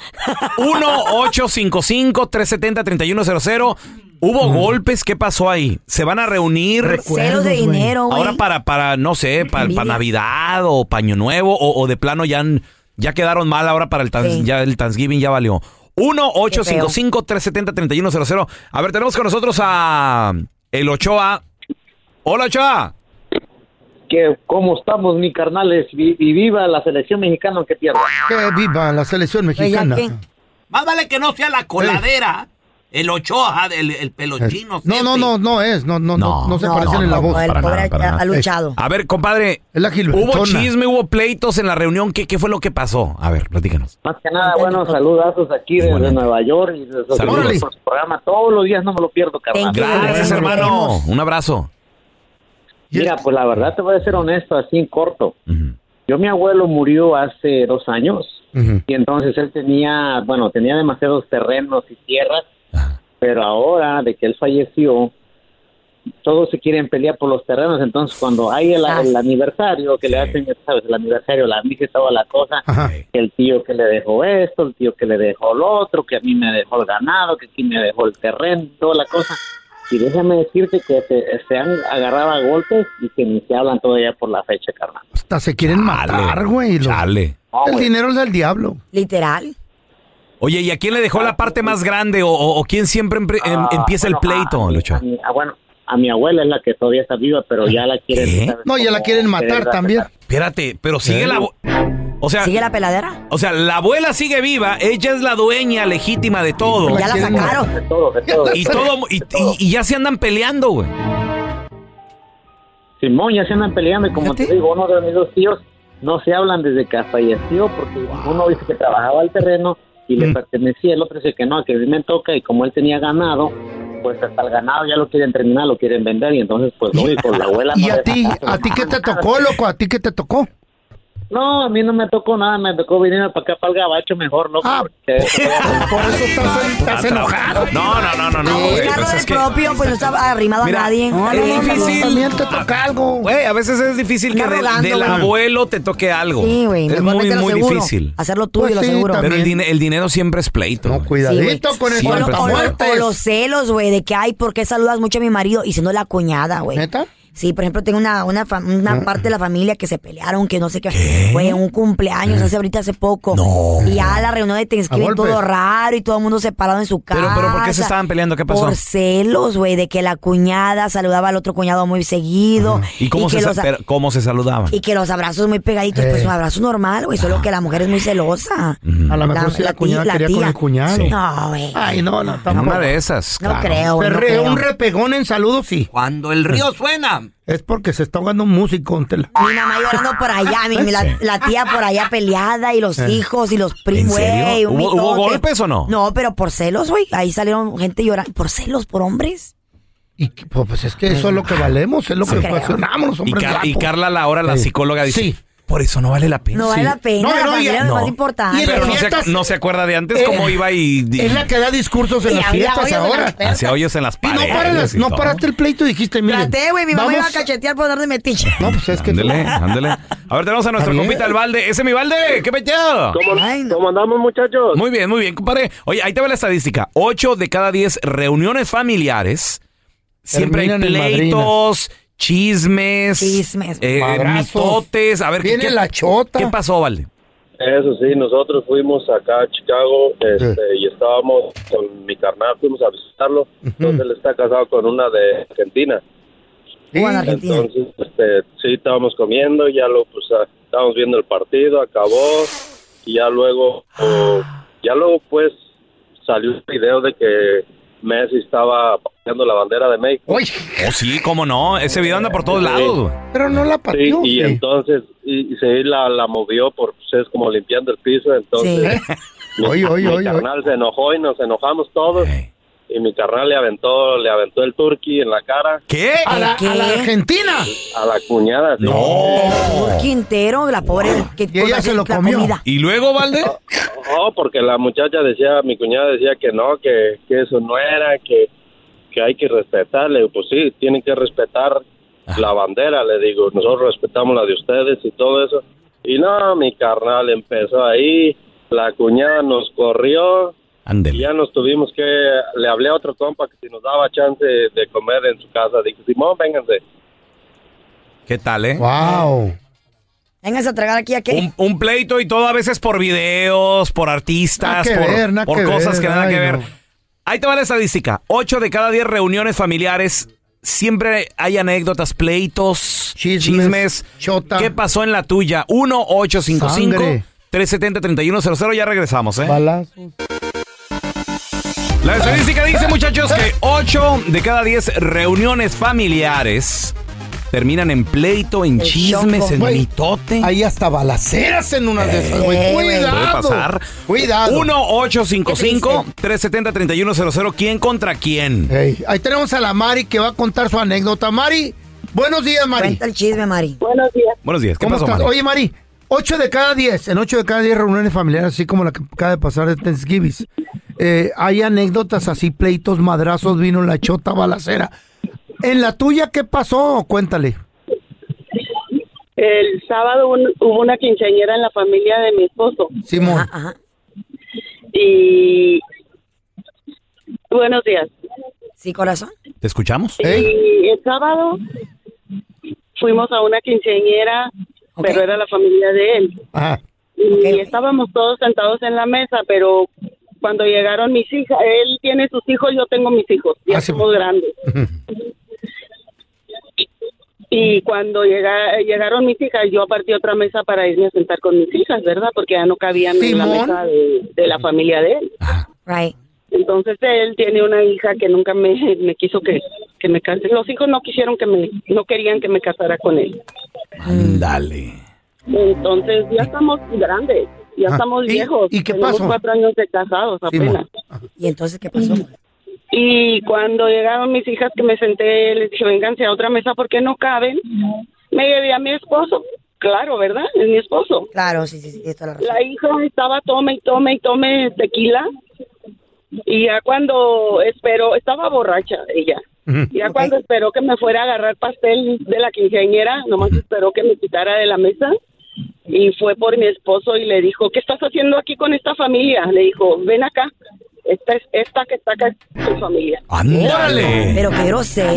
1-855-370-3100. Hubo golpes, ¿qué pasó ahí? ¿Se van a reunir?
Mm. Recuerdos, Celos de güey. dinero, güey.
Ahora para, para no sé, para, para Navidad o Paño Nuevo o, o de plano ya, han- ya quedaron mal ahora para el, Thanks-
Sí.
ya el Thanksgiving, ya valió. 1-855-370-3100. A ver, tenemos con nosotros a el Ochoa. Hola, Ochoa.
que cómo estamos, mi carnales, y, y viva la selección mexicana aunque pierda.
Que viva la selección mexicana.
Más vale que no sea la coladera, el ochoa, el, el
Eh,
pelochino.
No, no, no, no es. No, no, no. No se
No,
parecen
no,
en la
no,
voz.
el Para pobre nada, para ha- nada. ha luchado.
A ver, compadre. hubo
Gilbertona.
chisme, hubo pleitos en la reunión. ¿Qué, qué fue lo que pasó? A ver, platícanos.
Más que nada, bueno, saludazos aquí desde Nueva York y desde
Saludos.
por su programa. Todos los días no me lo pierdo, carnal.
Gracias, hermano. Un abrazo.
Mira, pues la verdad te voy a ser honesto, así en corto. Yo, mi abuelo murió hace dos años y entonces él tenía, bueno, tenía demasiados terrenos y tierras, pero ahora de que él falleció, todos se quieren pelear por los terrenos, entonces cuando hay el, el aniversario, que le hacen, ¿sabes? El aniversario, la misa y toda la cosa, que el tío que le dejó esto, el tío que le dejó lo otro, que a mí me dejó el ganado, que aquí me dejó el terreno, toda la cosa. Y déjame decirte que se, se han agarrado a golpes y que ni se hablan todavía por la fecha, carnal.
Hasta se quieren matar, güey. los- El
Ah, güey.
dinero es del diablo.
Literal.
Oye, ¿y a quién le dejó la parte más grande o, o- o quién siempre empre- em-
Ah,
empieza el
bueno,
pleito,
ah,
Lucho?
A mi, ah, bueno, a mi abuela es la que todavía está viva, pero ya la quieren. ¿sabes? Como querer
Espérate, pero sigue
¿Eh?
la... abo- O sea,
¿Sigue la peladera?
o sea, la abuela sigue viva, ella es la dueña legítima de todo.
Ya la sacaron.
De todo,
<laughs>
de todo.
Y todo y, y- y ya se andan peleando, güey.
Simón, ya se andan peleando y como te digo, uno de mis dos tíos no se hablan desde que falleció porque uno dice que trabajaba el terreno y
Mm.
le pertenecía, el otro dice que no, que a mí me toca y como él tenía ganado, pues hasta el ganado ya lo quieren terminar, lo
<laughs>
quieren vender y entonces pues no, y con la abuela...
¿Y
no
a
le- <laughs>
ti? ¿A ti qué te tocó, loco? ¿A ti qué te tocó?
No, a mí no me tocó nada, me tocó venir para acá, para el gabacho mejor, ¿no?
Ah.
Porque-
estás enojado. <laughs> No, no, no, no, no. güey,
Carro
pues
del
es que-
propio, pues no estaba arrimado
Mira,
a nadie.
es difícil.
También
te toca algo.
Güey, a veces es difícil que
Andar
de-
rogando,
del
güey.
abuelo te toque algo.
Sí, güey.
Es
mejor
muy,
vete a lo
muy
seguro.
difícil.
Hacerlo tú y
Pues
lo
sí,
seguro.
Pero el, din- el dinero siempre es pleito. No,
Sí, güey. O lo- o, lo- o los celos, güey, de que, ay, ¿por qué saludas mucho a mi marido? Y siendo la cuñada, güey.
¿Neta?
Sí, por ejemplo, tengo una, una, fa- una parte de la familia que se pelearon, que no sé qué. Güey, un cumpleaños hace ahorita hace poco. Y ya la reunión de Thanksgiving
golpes?
todo raro y todo el mundo separado en su casa.
Pero, pero, ¿por qué se estaban peleando? ¿Qué pasó?
Por celos, güey, de que la cuñada saludaba al otro cuñado muy seguido.
¿Y cómo,
que
se, sa-
los a-
pero cómo se saludaban?
y que los abrazos muy pegaditos,
Eh.
pues un abrazo normal, güey. Solo que la mujer es muy celosa.
Ujú. A lo mejor
si la
ti-
cuñada quería con el cuñado.
Sí. No, güey.
Ay, no, no,
En
tampoco.
una de esas.
No
claro.
creo, güey, no
Perre-
creo.
Un repegón en saludos, sí.
Cuando el río suena.
Es porque se está ahogando un músico. Antela.
Mi mamá llorando por allá, mi, mi- la,
Sí.
la tía por allá peleada y los
Eh.
hijos y los primos.
¿En serio?
güey, un
¿Hubo- hubo
mitote.
golpes o no?
No, pero por celos, güey. Ahí salieron gente llorando. ¿Por celos? ¿Por hombres?
Pues, pues es que eso es lo que valemos, es lo
Sí.
que ocasionamos los
Y,
hombres
Car- y
guapos.
Carla Laura, la
Sí.
psicóloga, dice,
Sí.
por eso no vale la pena.
No vale la pena.
No,
la
no,
familia
ya-
es lo
no.
más importante.
Pero no se, no se acuerda de antes
Eh,
cómo iba y... y-
Es la que da discursos en
Y
las
habla
fiestas
hoyos en
ahora.
las
Hacía hoyos en las
Y no,
paredes.
para las-
y
no
todo.
paraste el pleito y dijiste, mira.
Traté, güey. Mi mamá iba a cachetear por andar de metiche.
No, pues es que...
Ándele, ándele. A ver, tenemos a
Está
nuestro
bien.
compita el balde. ¡Ese mi balde! ¡Qué peteado!
¿Cómo, cómo andamos, muchachos?
Muy bien, muy bien, compadre. Oye, ahí te va la estadística. Ocho de cada diez reuniones familiares siempre hay
Terminan en
pleitos, chismes, eh,
Madrazos.
mitotes. A ver,
Viene
¿qué,
la chota.
¿Qué pasó, Valde?
Eso sí, nosotros fuimos acá a Chicago este, y estábamos con mi carnal, fuimos a visitarlo. Entonces él está casado con una de Argentina. Entonces, este, sí, estábamos comiendo, ya lo, pues, ah, estábamos viendo el partido, acabó, y ya luego, eh, ya luego, pues, salió un video de que Messi estaba pateando la bandera de México.
Oh, sí, cómo no. Ese video anda por todos lados, güey.
Pero no la
pateó. y entonces, y, y se la, la movió por, pues, es como limpiando el piso, entonces... Mi,
Oye, oye,
mi
oye,
carnal se enojó y nos enojamos todos. Y mi carnal le aventó, le aventó el turkey en la cara.
¿Qué?
A la, a la Argentina.
A la cuñada. sí.
Quintero, la pobre. Que, y
ella se lo comió.
¿Y luego, Valde?
No, porque la muchacha decía, mi cuñada decía que no, que, que eso no era, que, que hay que respetar. Le digo, pues sí, tienen que respetar
Ah.
la bandera, le digo, nosotros respetamos la de ustedes y todo eso. Y no, mi carnal empezó ahí, la cuñada nos corrió. Y ya nos tuvimos que, le hablé a otro compa que si nos daba chance de comer en su casa, dije, Simón, vénganse.
¿Qué tal, eh?
Wow.
Vénganse a tragar aquí a qué.
Un, un pleito y todo a veces por videos, por artistas,
Nada que
por,
ver, nada
por
que
cosas
ver,
que nada
ay,
que ver.
no.
Ahí te va la estadística. Ocho de cada diez reuniones familiares siempre hay anécdotas, pleitos, chismes. ¿Qué pasó en la tuya? 1-855.
Sangre.
370-3100, ya regresamos, ¿eh? La estadística dice, muchachos, que 8 de cada 10 reuniones familiares terminan en pleito, en chismes, en
Güey,
mitote.
Ahí hasta balaceras en una de esas,
Eh.
güey. Cuidado.
Puede pasar.
Cuidado.
1-855-370-3100. ¿Quién contra quién?
Ahí tenemos a la Mari que va a contar su anécdota. Mari, buenos días, Mari.
Cuenta el chisme, Mari.
Buenos días.
Buenos días. ¿Qué
¿Cómo
pasó,
estás?
Mari?
Oye, Mari, 8 de cada 10, en 8 de cada 10 reuniones familiares, así como la que acaba de pasar de Thanksgiving, eh, hay anécdotas así, pleitos, madrazos, vino la chota, balacera. ¿En la tuya qué pasó? Cuéntale.
El sábado un- hubo una quinceañera en la familia de mi esposo.
Simón.
Y. Buenos días.
Sí, corazón.
¿Te escuchamos? Eh,
Y el sábado fuimos a una quinceañera, pero era la familia de él.
Ajá.
Y estábamos todos sentados en la mesa, pero cuando llegaron mis hijas, él tiene sus hijos, yo tengo mis hijos, ya somos grandes. Y cuando llega, llegaron mis hijas, yo aparté otra mesa para irme a sentar con mis hijas, ¿verdad? Porque ya no cabían en la
Simón.
mesa de, de la familia de él.
Ah.
Right.
Entonces él tiene una hija que nunca me, me quiso que, que me case. Los hijos no quisieron que me, no querían que me casara con él.
Ándale.
Entonces ya estamos grandes, ya
Ah,
estamos
¿y-
viejos.
y qué
Tenemos
pasó?
cuatro años de casados apenas.
¿Y entonces qué pasó?
Y cuando llegaron mis hijas que me senté, les dije, vénganse a otra mesa porque no caben. Me llevé a mi esposo claro, ¿verdad? Ah, Es mi esposo.
Claro, sí, sí, sí, tienes toda la razón.
La hija estaba tome y tome y tome tequila. Y ya cuando esperó, estaba borracha ella. Ya cuando esperó que me fuera a agarrar pastel de la quinceañera, nomás esperó que me quitara de la mesa y fue por mi esposo y le dijo, ¿qué estás haciendo aquí con esta familia? Le dijo, ven acá, esta es esta que está acá es tu familia.
¡Órale!
Pero qué grosera.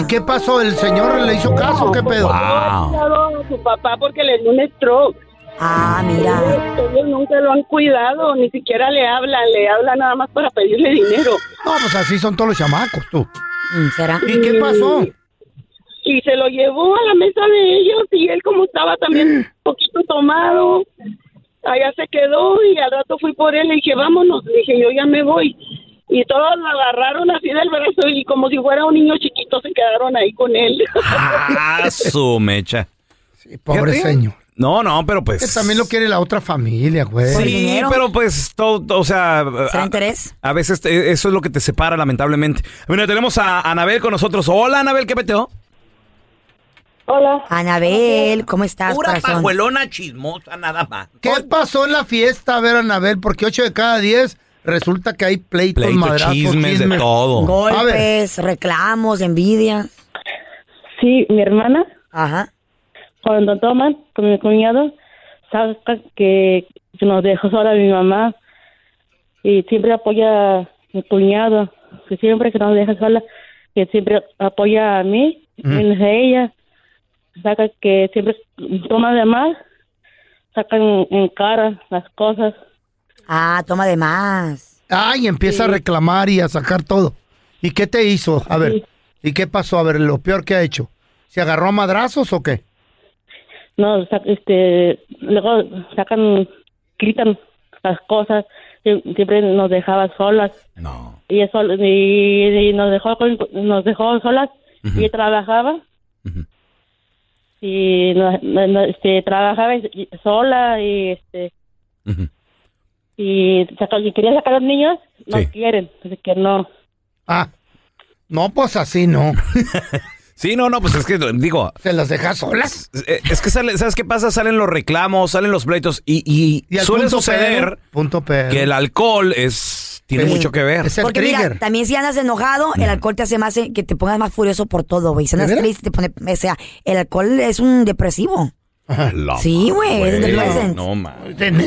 ¿Y qué pasó? ¿El señor le hizo caso? ¿Qué pedo?
Cuidado a su papá porque le dio un stroke.
Ah, mira.
Ellos nunca lo han cuidado, ni siquiera le hablan, le hablan nada más para pedirle dinero.
No, pues así son todos los chamacos, tú.
Mm, ¿Será?
¿Y qué pasó?
Y se lo llevó a la mesa de ellos y él como estaba también
Mm.
un poquito tomado, allá se quedó y al rato fui por él y dije, vámonos, le dije, yo ya me voy. Y todos lo agarraron así del brazo y como si fuera un niño chiquito se quedaron ahí con él.
¡Ah, su mecha!
pobre
Fíjate.
señor.
No, no, pero
Que
pues...
también lo quiere la otra familia, güey.
Sí, pero ah, pues todo, o sea... a- A, veces te- eso es lo que te separa, lamentablemente. Bueno, tenemos a Anabel con nosotros. Hola, Anabel, ¿qué peteo?
Hola. Anabel, ¿cómo estás,
Pura
corazón?
pajuelona chismosa, nada más.
¿Qué pasó en la fiesta? A ver, Anabel, porque 8 de cada 10 resulta que hay pleitos,
Pleitos,
madrazos,
chismes, de todo.
A ver,
Golpes, reclamos, envidia.
Sí, mi hermana.
Ajá.
Cuando toman con mi cuñado, sabes que nos dejó sola mi mamá y siempre apoya a mi cuñado, que siempre que nos deja sola, que siempre apoya a mí,
Mm.
menos a ella. Saca que siempre toma de más, saca en, en cara las cosas.
Ah, toma de más.
ay, empieza a reclamar y a sacar todo. ¿Y qué te hizo? A ver, ¿y qué pasó? A ver, lo peor que ha hecho. ¿Se agarró a madrazos o qué?
No, sa- este, luego sacan, gritan las cosas, sie- siempre nos dejaba solas.
No.
Y, eso, y, y nos dejó con- nos dejó solas
Ujú.
y trabajaba. Y no- no- no, este, trabajaba y- y sola y este y, saca- y quería sacar a los niños, no quieren, así que no.
Ah, no, pues así no.
Sí, no, no, pues es que digo...
¿Se las deja solas?
Eh, Es que sale- ¿sabes qué pasa? Salen los reclamos, salen los pleitos y, y
Y al
suele
punto
suceder
pero, punto pero.
que el alcohol es tiene
Sí.
mucho que ver.
Porque mira, también si andas enojado, el alcohol te hace más eh, que te pongas más furioso por todo, güey. Si
¿De
andas
veras?
triste, te pone, o sea, el alcohol es un depresivo.
La
Sí, güey,
madre,
es depresivo.
No, man.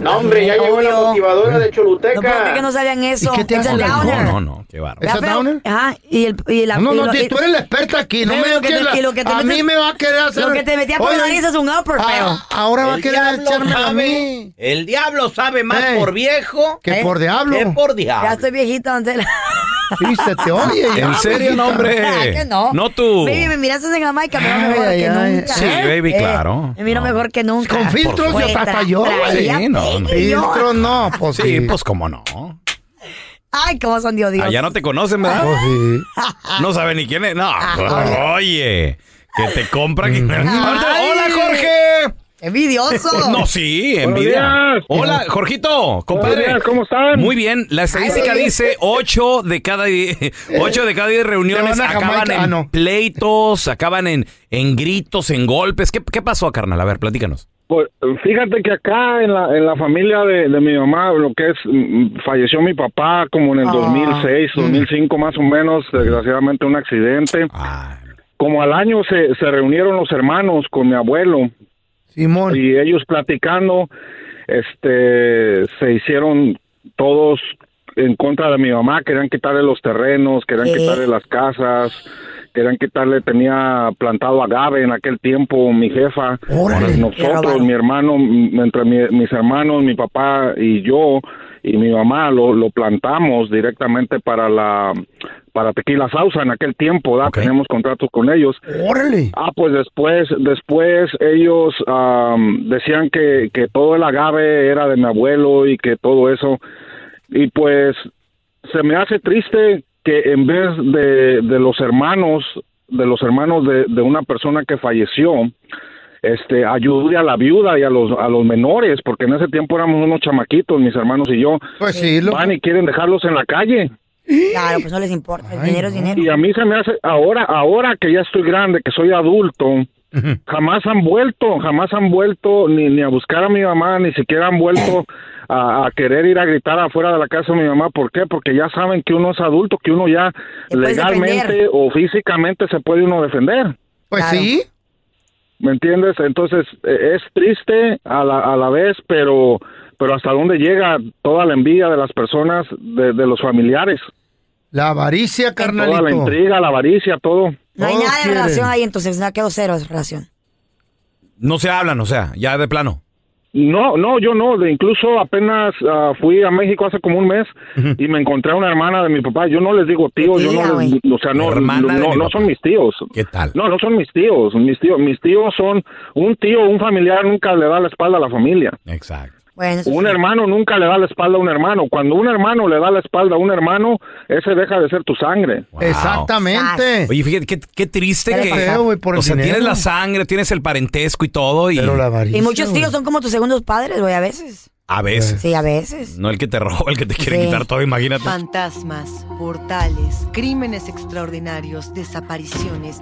No, hombre, ya llegó la motivadora de Choluteca.
No puedo creer que no sabían eso.
qué te
It's a
hace el alcohol?
downer.
No, no, qué bárbaro.
¿Es a downer? Ajá, y, el, y la...
No,
y
no,
lo-
ti-
y-
tú eres la experta aquí. No
Pero
me
lo que te-
quieras-
y lo que te
A
metes-
mí me va a querer hacer.
lo que te metía por la nariz es un upper,
ah,
feo.
Ahora va a
El
querer
diablo
echarme a
sabe.
mí.
El diablo sabe más
Ey,
por viejo
¿eh?
que por diablo.
que por
Ya
diablo.
estoy viejita, don <laughs> Tela.
Sí, se te oye.
¿En
ya,
serio,
mijita.
no, hombre?
¿Verdad que no?
No tú.
Baby, me miras en Jamaica, me miro
Ay,
mejor
ay,
que
ay.
nunca. ¿eh?
Sí, baby, claro.
Me miro mejor que nunca.
Con filtros
Güey,
yo hasta
tra-
yo.
traía
Ah, Sí, no, no.
pillo.
Filtros no, pues
Sí,
sí.
pues cómo no.
Ay, cómo son Dios, Dios.
Allá Ah, no te conocen, ¿verdad?
Pues
No sabe ni quién es. No,
Ah,
oye, que te compran.
Mm.
y- Ahorita-
Ay.
Hola, Jorge.
Envidioso.
<laughs> No, sí, envidia.
días.
Hola, Jorgito, compadre.
días, ¿cómo están?
Muy bien, la estadística
Ay.
dice 8 de cada
<laughs>
10, ocho de cada 10 reuniones
Se van a
acaban
Jamaica.
en
Ah, no.
pleitos, acaban en, en gritos, en golpes. ¿Qué, qué pasó, carnal? A ver, platícanos.
Pues, fíjate que acá en la, en la familia de, de mi mamá, lo que es, mm, falleció mi papá como en el
Ah.
2006,
Mm.
2005 más o menos, desgraciadamente un accidente.
Ah.
Como al año se, se reunieron los hermanos con mi abuelo.
Simón.
Y ellos platicando, este, se hicieron todos en contra de mi mamá, querían quitarle los terrenos, querían
Eh.
quitarle las casas, querían quitarle, tenía plantado agave en aquel tiempo mi jefa, nosotros, mi hermano, m- entre mi- mis hermanos, mi papá y yo y mi mamá lo, lo plantamos directamente para la para Tequila Sausa en aquel tiempo, ¿verdad? Teníamos contratos con ellos.
Órale.
Ah, pues después, después ellos am, decían que, que todo el agave era de mi abuelo y que todo eso. Y pues se me hace triste que en vez de, de los hermanos, de los hermanos de, de una persona que falleció, este, ayude a la viuda y a los, a los menores, porque en ese tiempo éramos unos chamaquitos, mis hermanos y yo.
Pues sí, lo-
Van y quieren dejarlos en la calle.
Claro, pues no les importa. El dinero es dinero.
Y a mí se me hace, ahora, ahora que ya estoy grande, que soy adulto, jamás han vuelto, jamás han vuelto ni, ni a buscar a mi mamá, ni siquiera han vuelto a, a querer ir a gritar afuera de la casa de mi mamá. ¿Por qué? Porque ya saben que uno es adulto, que uno ya
puedes
legalmente
defender.
o físicamente se puede uno defender.
Pues sí.
¿Me entiendes? Entonces eh, es triste a la, a la vez, pero pero hasta dónde llega toda la envidia de las personas, de, de los familiares.
La avaricia, carnalito.
Toda la intriga, la avaricia, todo.
No hay
Todos
nada de
quieren.
relación ahí, entonces nada quedó cero de relación.
No se hablan, o sea, ya de plano.
No, no, yo no. De incluso apenas ah, fui a México hace como un mes y me encontré a una hermana de mi papá. Yo no les digo tíos, yo no les, o sea, no,
Hermana de
no,
mi
no son mis tíos.
¿Qué tal?
No, no son mis tíos. Mis tíos, mis tíos son un tío, un familiar nunca le da la espalda a la familia.
Exacto. <laughs>
un hermano nunca le da la espalda a un hermano. Cuando un hermano le da la espalda a un hermano, ese deja de ser tu sangre.
Exactamente.
Oye, fíjate, qué, qué triste
¿Qué le
que...
pasó, güey, por
o
el
sea,
dinero?
tienes la sangre, tienes el parentesco y todo y... Pero la
Y muchos tíos son como tus segundos padres, güey, a veces.
A veces.
Sí, a veces.
No el que te roba, el que te quiere
Sí.
quitar todo, imagínate.
Fantasmas, portales, crímenes extraordinarios, desapariciones,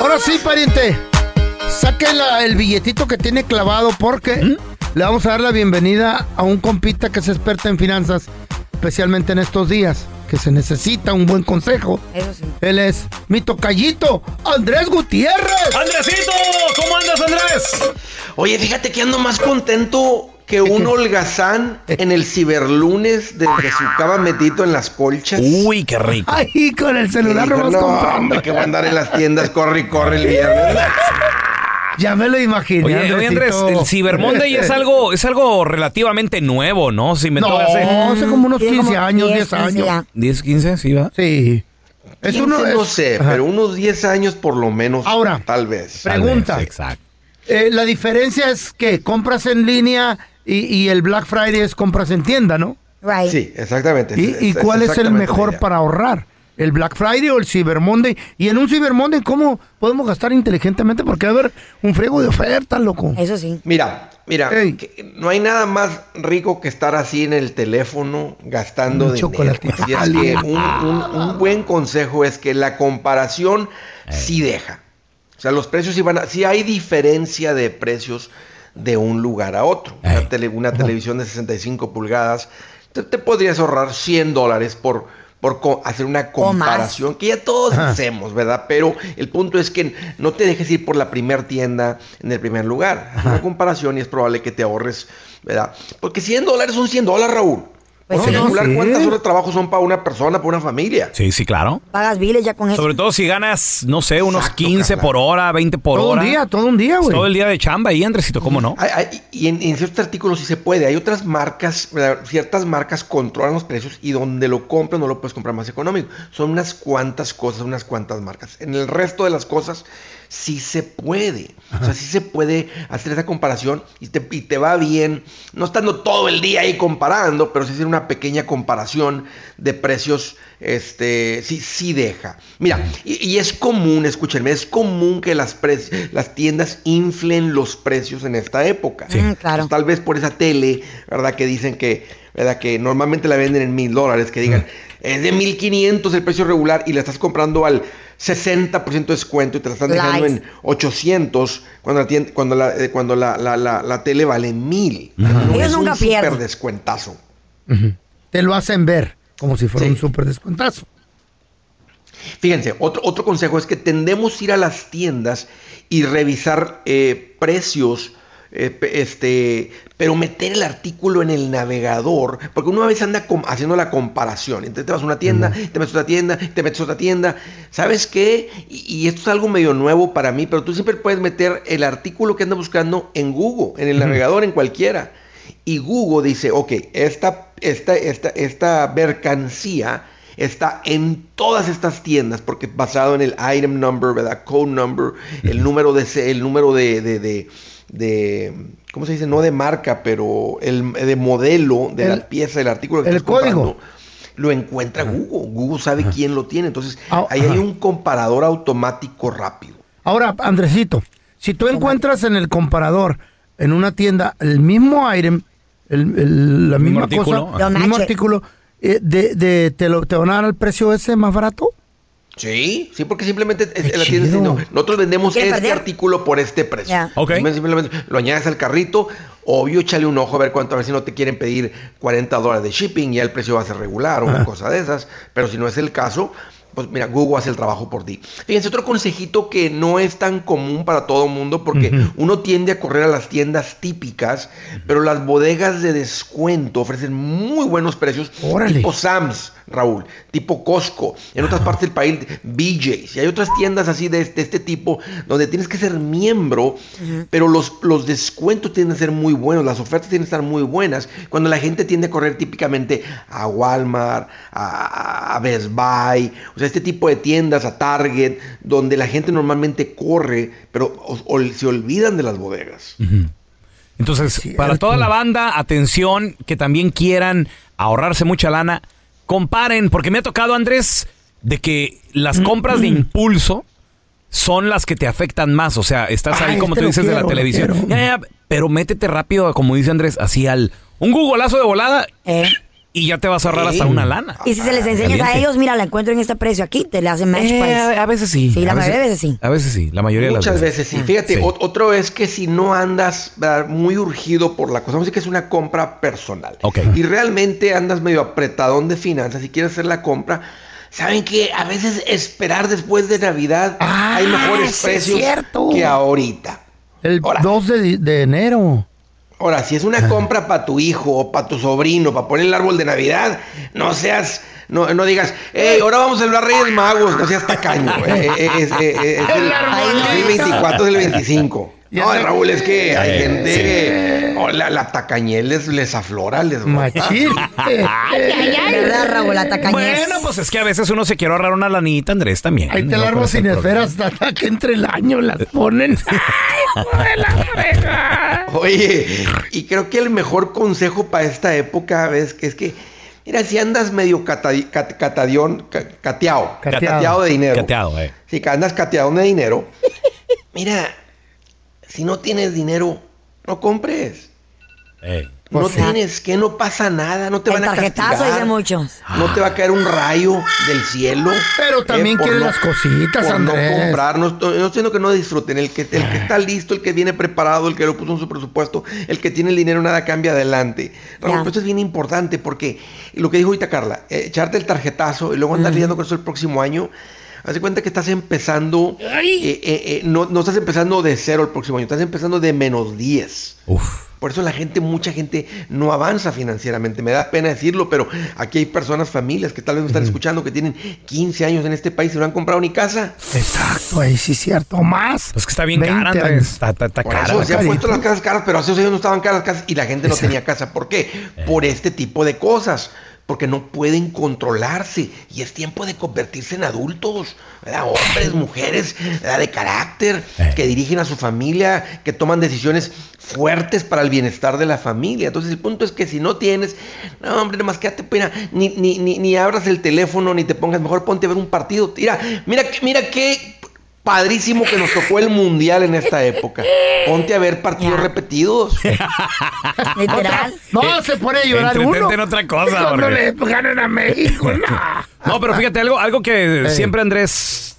Ahora sí, pariente. Saquen la- el billetito que tiene clavado porque
¿Mm?
le vamos a dar la bienvenida a un compita que es experto en finanzas, especialmente en estos días, que se necesita un buen consejo.
Eso sí.
Él es mi tocallito, Andrés Gutiérrez.
¡Andresito! ¿Cómo andas, Andrés?
Oye, fíjate que ando más contento
<laughs>
que un holgazán en el ciberlunes del que sucaba metito en las colchas.
Uy, qué rico.
Ay, con el celular
no,
nomás comprando".
hombre, que voy a andar en las tiendas, corre y corre el viernes.
Ya me lo imaginé.
Oye, oye, Andrés,
Andresito.
el Cyber Monday es algo, es algo relativamente nuevo, ¿no? Se inventó
No, <laughs>
hace...
hace como unos
Tiene
15
como
años,
10,
10 años.
10, 15, sí, va.
Sí. Es
Quince,
uno-
no
es-
sé,
Ajá.
pero unos 10 años por lo menos.
Ahora,
tal vez.
pregunta. Tal vez,
exacto.
Eh, la diferencia es que compras en línea y, y el Black Friday es compras en tienda, ¿no?
Right.
Sí, exactamente. Este,
¿Y, y cuál es el
exactamente la
mejor
idea.
para ahorrar? ¿El Black Friday o el Cyber Monday? Y en un Cyber Monday, ¿cómo podemos gastar inteligentemente? Porque va a haber un frego de ofertas, loco.
Eso sí.
Mira, mira, que no hay nada más rico que estar así en el teléfono gastando
Un
dinero.
chocolatito
Así es que
caliente.
un, un- un buen consejo es que la comparación sí deja. O sea, los precios sí van a, sí hay diferencia de precios de un lugar a otro. Una, tele- una televisión de 65 pulgadas, te, te podrías ahorrar 100 dólares por, por co- hacer una comparación, que ya todos hacemos, ¿verdad? Pero el punto es que no te dejes ir por la primera tienda en el primer lugar. Haz una comparación y es probable que te ahorres, ¿verdad? Porque 100 dólares son 100 dólares, Raúl.
Pues
Por
sí.
lo regular,
Sí.
¿cuántas horas de trabajo son para una persona, para una familia?
Sí, sí, claro.
Pagas biles ya con eso.
Sobre todo si ganas, no sé, unos 15 por hora, 20 por
Todo un
hora.
día,
todo un día,
güey. Todo el día de chamba ahí, Andresito, ¿cómo no?
Hay- hay- y en, en ciertos artículos sí se puede. Hay otras marcas, ¿verdad? ciertas marcas controlan los precios y donde lo compras no lo puedes comprar más económico. Son unas cuantas cosas, unas cuantas marcas. En el resto de las cosas sí se puede. O sea, sí se puede hacer esa comparación y te, y te va bien. No estando todo el día ahí comparando, pero sí hacer una pequeña comparación de precios, este, sí, sí deja. Mira, y, y es común, escúchenme, es común que las, pre- las tiendas inflen los precios en esta época. Pues, tal vez por esa tele, ¿verdad? Que dicen que, ¿verdad? Que normalmente la venden en mil dólares, que digan, es de 1500 el precio regular y la estás comprando al 60% de descuento y te la están dejando
Lies.
en 800 cuando la, tien- cuando la, eh, cuando la, la- la- la tele vale 1000.
Ellos nunca pierden.
Super descuentazo.
Te lo hacen ver como si fuera un súper descuentazo.
Fíjense, otro, otro consejo es que tendemos a ir a las tiendas y revisar eh, precios, eh, pe- este, pero meter el artículo en el navegador, porque uno a veces anda com- haciendo la comparación. Entonces te vas a una tienda, te metes a otra tienda, te metes a otra tienda. ¿Sabes qué? Y, y esto es algo medio nuevo para mí, pero tú siempre puedes meter el artículo que andas buscando en Google, en el
Ujú.
navegador, en cualquiera. Y Google dice, ok, esta, esta, esta, esta mercancía está en todas estas tiendas, porque basado en el item number, ¿verdad? Code number, el número de, se- el número de, de- de- de- ¿cómo se dice? No de marca, pero el de modelo de
El-
la pieza, del artículo que
el
estás
código.
comprando, Lo encuentra Google. Google sabe quién lo tiene. Entonces,
Ah,
ahí
ajá.
hay un comparador automático rápido.
Ahora, Andresito, si tú encuentras en el comparador, en una tienda, el mismo item, el- el- la misma
artículo,
cosa,
ajá.
el mismo
Matche.
artículo, eh, de, de- te, lo, te van a dar el precio ese más barato.
Sí, sí, porque simplemente es- la tienda dice, no, nosotros vendemos
¿Quiere
este
perder?
artículo por este precio.
Ya. Ok.
Simplemente- Simplemente lo añades al carrito, obvio, échale un ojo a ver cuánto, a ver si no te quieren pedir 40 dólares de shipping, ya el precio va a ser regular o una cosa de esas, pero si no es el caso, pues mira, Google hace el trabajo por ti. Fíjense, otro consejito que no es tan común para todo el mundo, porque
Ujú.
uno tiende a correr a las tiendas típicas, pero las bodegas de descuento ofrecen muy buenos precios,
Órale.
tipo Sam's, Raúl, tipo Costco, en otras partes del país, BJ's, y hay otras tiendas así de, de este tipo, donde tienes que ser miembro, pero los, los descuentos tienden a ser muy buenos, las ofertas tienden a estar muy buenas, cuando la gente tiende a correr típicamente a Walmart, a, a Best Buy, o sea, este tipo de tiendas, a Target, donde la gente normalmente corre, pero o- ol- se olvidan de las bodegas.
Entonces, para toda la banda, atención, que también quieran ahorrarse mucha lana, comparen, porque me ha tocado, Andrés, de que las compras de impulso son las que te afectan más. O sea, estás ahí,
Ah,
como
este
tú
lo
dices, de la
quiero, lo
televisión.
quiero.
Ya, ya, pero métete rápido, como dice Andrés, así al... Un googleazo de volada y ya te vas a ahorrar hasta una lana.
Eh. Y si se les enseñas a
Caliente.
ellos, mira, la encuentro en este precio aquí, te la hacen match
Eh,
price.
a veces sí.
Sí, la
A
mayoría de
<laughs>
veces sí.
A veces sí, la mayoría de
Muchas
las
veces,
veces. Ah.
sí. Fíjate,
Sí.
ot- otro es que si no andas ¿verdad? muy urgido por la cosa, vamos a decir que es una compra personal.
Ok.
Y realmente andas medio apretadón de finanzas y quieres hacer la compra. Saben que a veces esperar después de Navidad hay mejores
sí es
precios
cierto.
que ahorita.
El 2 de, de enero.
Ahora, si es una compra para tu hijo o para tu sobrino, para poner el árbol de Navidad, no seas, no, no digas, hey, ahora vamos a hablar Reyes Magos, no seas tacaño. eh, eh, es, eh, eh, es el, es el 24 es el 25. No, Raúl, es que
Eh,
hay gente que oh, la, la tacañez les, les aflora, les mata. <laughs>
Machín.
¿Verdad, Raúl? La tacañez.
Bueno, pues es que a veces uno se quiere ahorrar una lanita, Andrés, también.
Ahí te
No,
la
¿cuál
armo
es el
sin
problema?
esferas hasta que entre el año las
<laughs>
ponen.
Oye, y creo que el mejor consejo para esta época es que es que, mira, si andas medio catadi- cat- catadión, ca- cateado,
Cateado.
cateado de dinero.
Cateado, eh.
Si andas cateado de dinero, mira, si no tienes dinero, no compres.
Eh.
No
Pues
O sea,
tienes que, no pasa nada, no te
El
van a
tarjetazo dice
castigar.
muchos.
No te va a caer un rayo del cielo. eh,
Pero también
por
quieren las cositas,
por
Andrés. Ah.
No comprar, no, estoy- no estoy diciendo que no disfruten. El que, el que está listo, el que viene preparado, el que lo puso en su presupuesto, el que tiene el dinero, nada cambia adelante. Raúl,
Ya.
pero esto es bien importante porque lo que dijo ahorita Carla, eh, echarte el tarjetazo y luego andar lidiando con eso el próximo año. Hace cuenta que estás empezando, eh, eh, eh, no, no estás empezando de cero el próximo año, estás empezando de menos 10. Por eso la gente, mucha gente no avanza financieramente. Me da pena decirlo, pero aquí hay personas, familias que tal vez me están escuchando que tienen 15 años en este país y no han comprado ni casa.
Exacto, ahí sí es cierto. Más.
Pues que está bien
20
cara, Andrés.
años.
Está, está- está
Por
cara.
eso
la
se
casa.
han puesto las casas caras, pero hace unos años no estaban caras las casas y la gente no tenía casa. ¿Por qué? Por este tipo de cosas. Porque no pueden controlarse y es tiempo de convertirse en adultos, ¿verdad? hombres, mujeres ¿verdad? de carácter, que dirigen a su familia, que toman decisiones fuertes para el bienestar de la familia. Entonces el punto es que si no tienes, no hombre, nomás quédate pena, ni, ni, ni, ni abras el teléfono, ni te pongas, mejor ponte a ver un partido. Mira, mira, mira qué Padrísimo que nos tocó el mundial en esta época. Ponte a ver
<laughs>
partidos repetidos.
Literal.
No, se pone a llorar
Entretente
uno.
en otra cosa,
Cuando le
Jorge.
ganan a México. no.
No, pero fíjate, algo, algo que
Eh.
siempre Andrés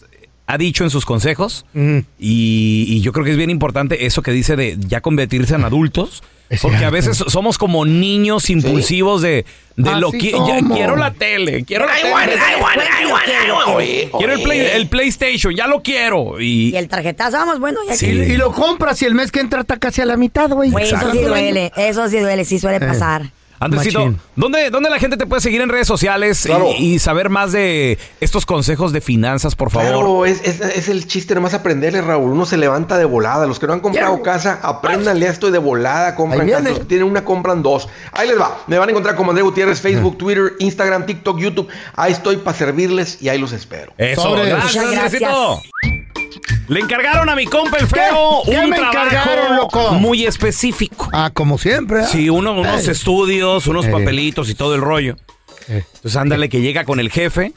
ha dicho en sus consejos,
Mm.
y, y yo creo que es bien importante eso que dice de ya convertirse en adultos, porque a veces somos como niños impulsivos de, de lo
Así
que ya
somos.
quiero la tele, quiero la
I
tele,
want it, I want it, I want it, I want it.
quiero el, play- el PlayStation, ya lo quiero. Y,
Y el tarjetazo, vamos, bueno, ya
Sí.
que-
Y lo compras y el mes que entra está casi a la mitad, güey.
Güey, eso sí
Exacto.
duele, eso sí duele, sí suele
Eh.
pasar.
Andresito,
Machín.
¿dónde, ¿dónde la gente te puede seguir en redes sociales y-
Claro.
y, saber más de estos consejos de finanzas, por favor?
Claro, es, es- es el chiste, nomás aprenderle, Raúl. Uno se levanta de volada. Los que no han comprado casa, apréndanle esto y de volada. Compran
Ahí
casa.
viene.
Los que tienen una, compran dos. Ahí les va. Me van a encontrar como André Gutiérrez,
Mm.
Facebook, Twitter, Instagram, TikTok, YouTube. Ahí estoy para servirles y ahí los espero.
Eso, gracias, Andresito. Le encargaron a mi compa el feo
¿Qué? ¿Qué
un
me
trabajo
encargaron, loco?
muy específico.
Ah, como siempre.
Sí, uno, unos
Eh.
estudios, unos
Eh.
papelitos y todo el rollo. Entonces ándale que llega con el jefe.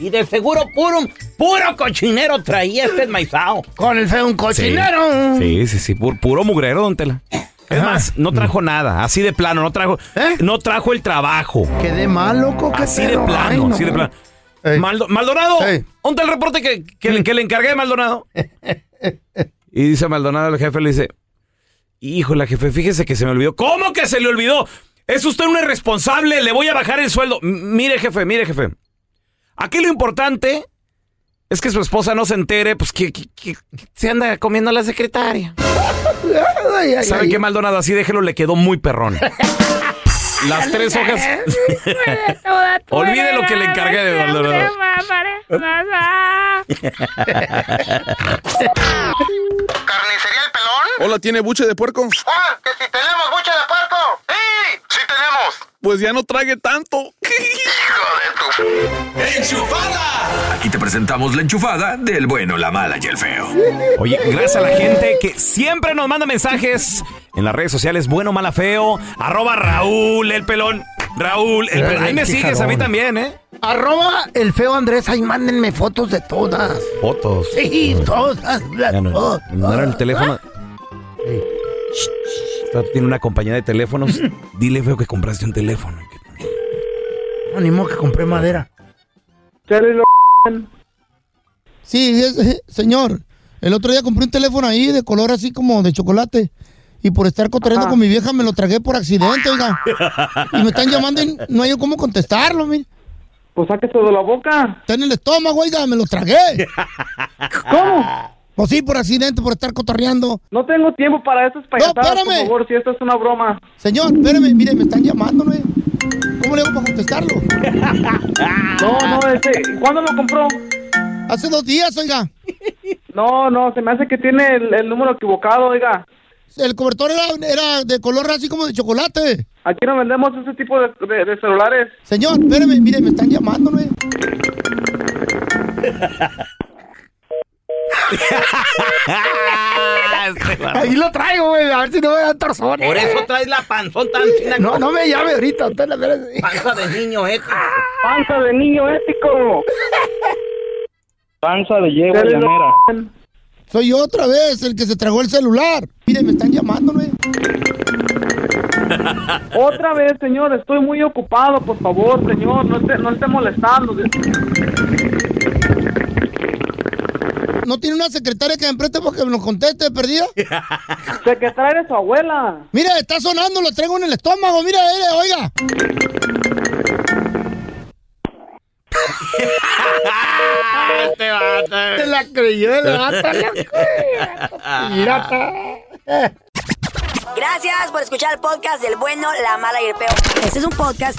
Y de seguro puro, puro cochinero traía este maizao.
Con el feo un
cochinero.
Sí, sí, sí, pu- puro mugrero, don Tela. Mm. Es más, no trajo nada, así de plano, no trajo,
¿Eh?
no trajo el trabajo.
Quedé mal, loco. ¿qué
Así de
pedo?
plano,
Ay, no.
así de plano. Maldo- Maldonado, ¿dónde el reporte que, que le, que le encargué a Maldonado? y dice Maldonado, el jefe le dice, híjole, jefe, fíjese que se me olvidó. ¿Cómo que se le olvidó? Es usted un irresponsable, le voy a bajar el sueldo. M- mire, jefe, mire, jefe. Aquí lo importante es que su esposa no se entere, pues que, que- que- que se anda comiendo a la <laughs> secretaria.
Ay, ay,
¿Sabe
ay.
qué, Maldonado? Así déjelo, le quedó
<laughs>
muy perrón. Las tres hojas. <laughs> Olvide lo que le encargué de Maldonado.
¿Carnicería El Pelón? Hola, ¿tiene buche de puerco? ¡Ah! ¡Que si tenemos buche de puerco! ¡Sí! ¡Sí tenemos! Pues ya no trague tanto. ¡Hijo de tu...
Aquí te presentamos la enchufada del bueno, la mala y el feo.
Oye, gracias a la gente que siempre nos manda mensajes en las redes sociales, bueno, mala, feo, arroba Raúl, el pelón, Raúl, el pelón. Ahí me
Qué
sigues a mí
jalón.
también, ¿eh?
Arroba el feo Andrés, ahí mándenme fotos de todas.
Fotos.
Sí, todas. las-
Ya no,
todas.
no era el teléfono. Ey. Esta tiene una compañía
<laughs>
de teléfonos. Dile, feo, que compraste un teléfono.
No, ni modo que compré madera.
Sí, es- eh, señor. El otro día compré un teléfono ahí de color así como de chocolate. Y por estar cotorreando con mi vieja me lo tragué por accidente, oiga. Y me <laughs> están llamando y no hay cómo contestarlo, mire. Pues sáquese de la boca. Está en el estómago, oiga, me lo tragué. <laughs> ¿Cómo? Pues sí, por accidente, por estar cotorreando. No tengo tiempo para esas
payasadas, por
favor, si esto es una broma. Señor, espérame, mire, me están llamándome. ¿Cómo le hago para contestarlo?
<laughs> No, no, este, ¿cuándo lo compró?
Hace dos días, oiga.
No, no, se me hace que tiene el, el número equivocado, oiga.
El cobertor era, era de color así como de chocolate.
Aquí no vendemos ese tipo de, de- de celulares.
Señor, espérame, mire, me están
<laughs>
llamándome.
Ahí lo traigo, güey, a ver si no me dan torsones.
Por eso traes la panzón
<laughs>
tan fina.
No, no me llame ahorita, usted la Ah. verdad.
Panza de niño ético.
Panza de niño ético.
Panza de yegua
Dale,
llanera.
Soy yo otra vez el que se tragó el celular. Mire, me están llamándome.
Otra vez, señor, estoy muy ocupado, por favor, señor, no esté, no esté molestando.
¿No tiene una secretaria que me preste para que me lo conteste, perdida?
<laughs> Secretaria de su abuela.
Mire, está sonando, lo traigo en el estómago. Mire, mire, oiga.
<laughs> Este vato.
Se la creyó
<laughs>
el vato, loco. Pirata.
Gracias por escuchar el podcast del bueno, la mala y el peor. Este es un podcast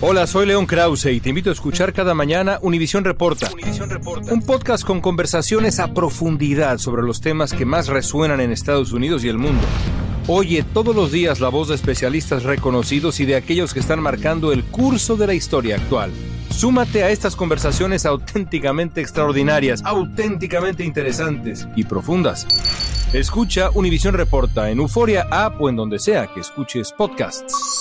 Hola, soy León Krause y te invito a escuchar cada mañana Univisión Reporta. Un podcast con conversaciones a profundidad sobre los temas que más resuenan en Estados Unidos y el mundo. Oye todos los días la voz de especialistas reconocidos y de aquellos que están marcando el curso de la historia actual. Súmate a estas conversaciones auténticamente extraordinarias, auténticamente interesantes y profundas. Escucha Univisión Reporta en Euforia App o en donde sea que escuches podcasts.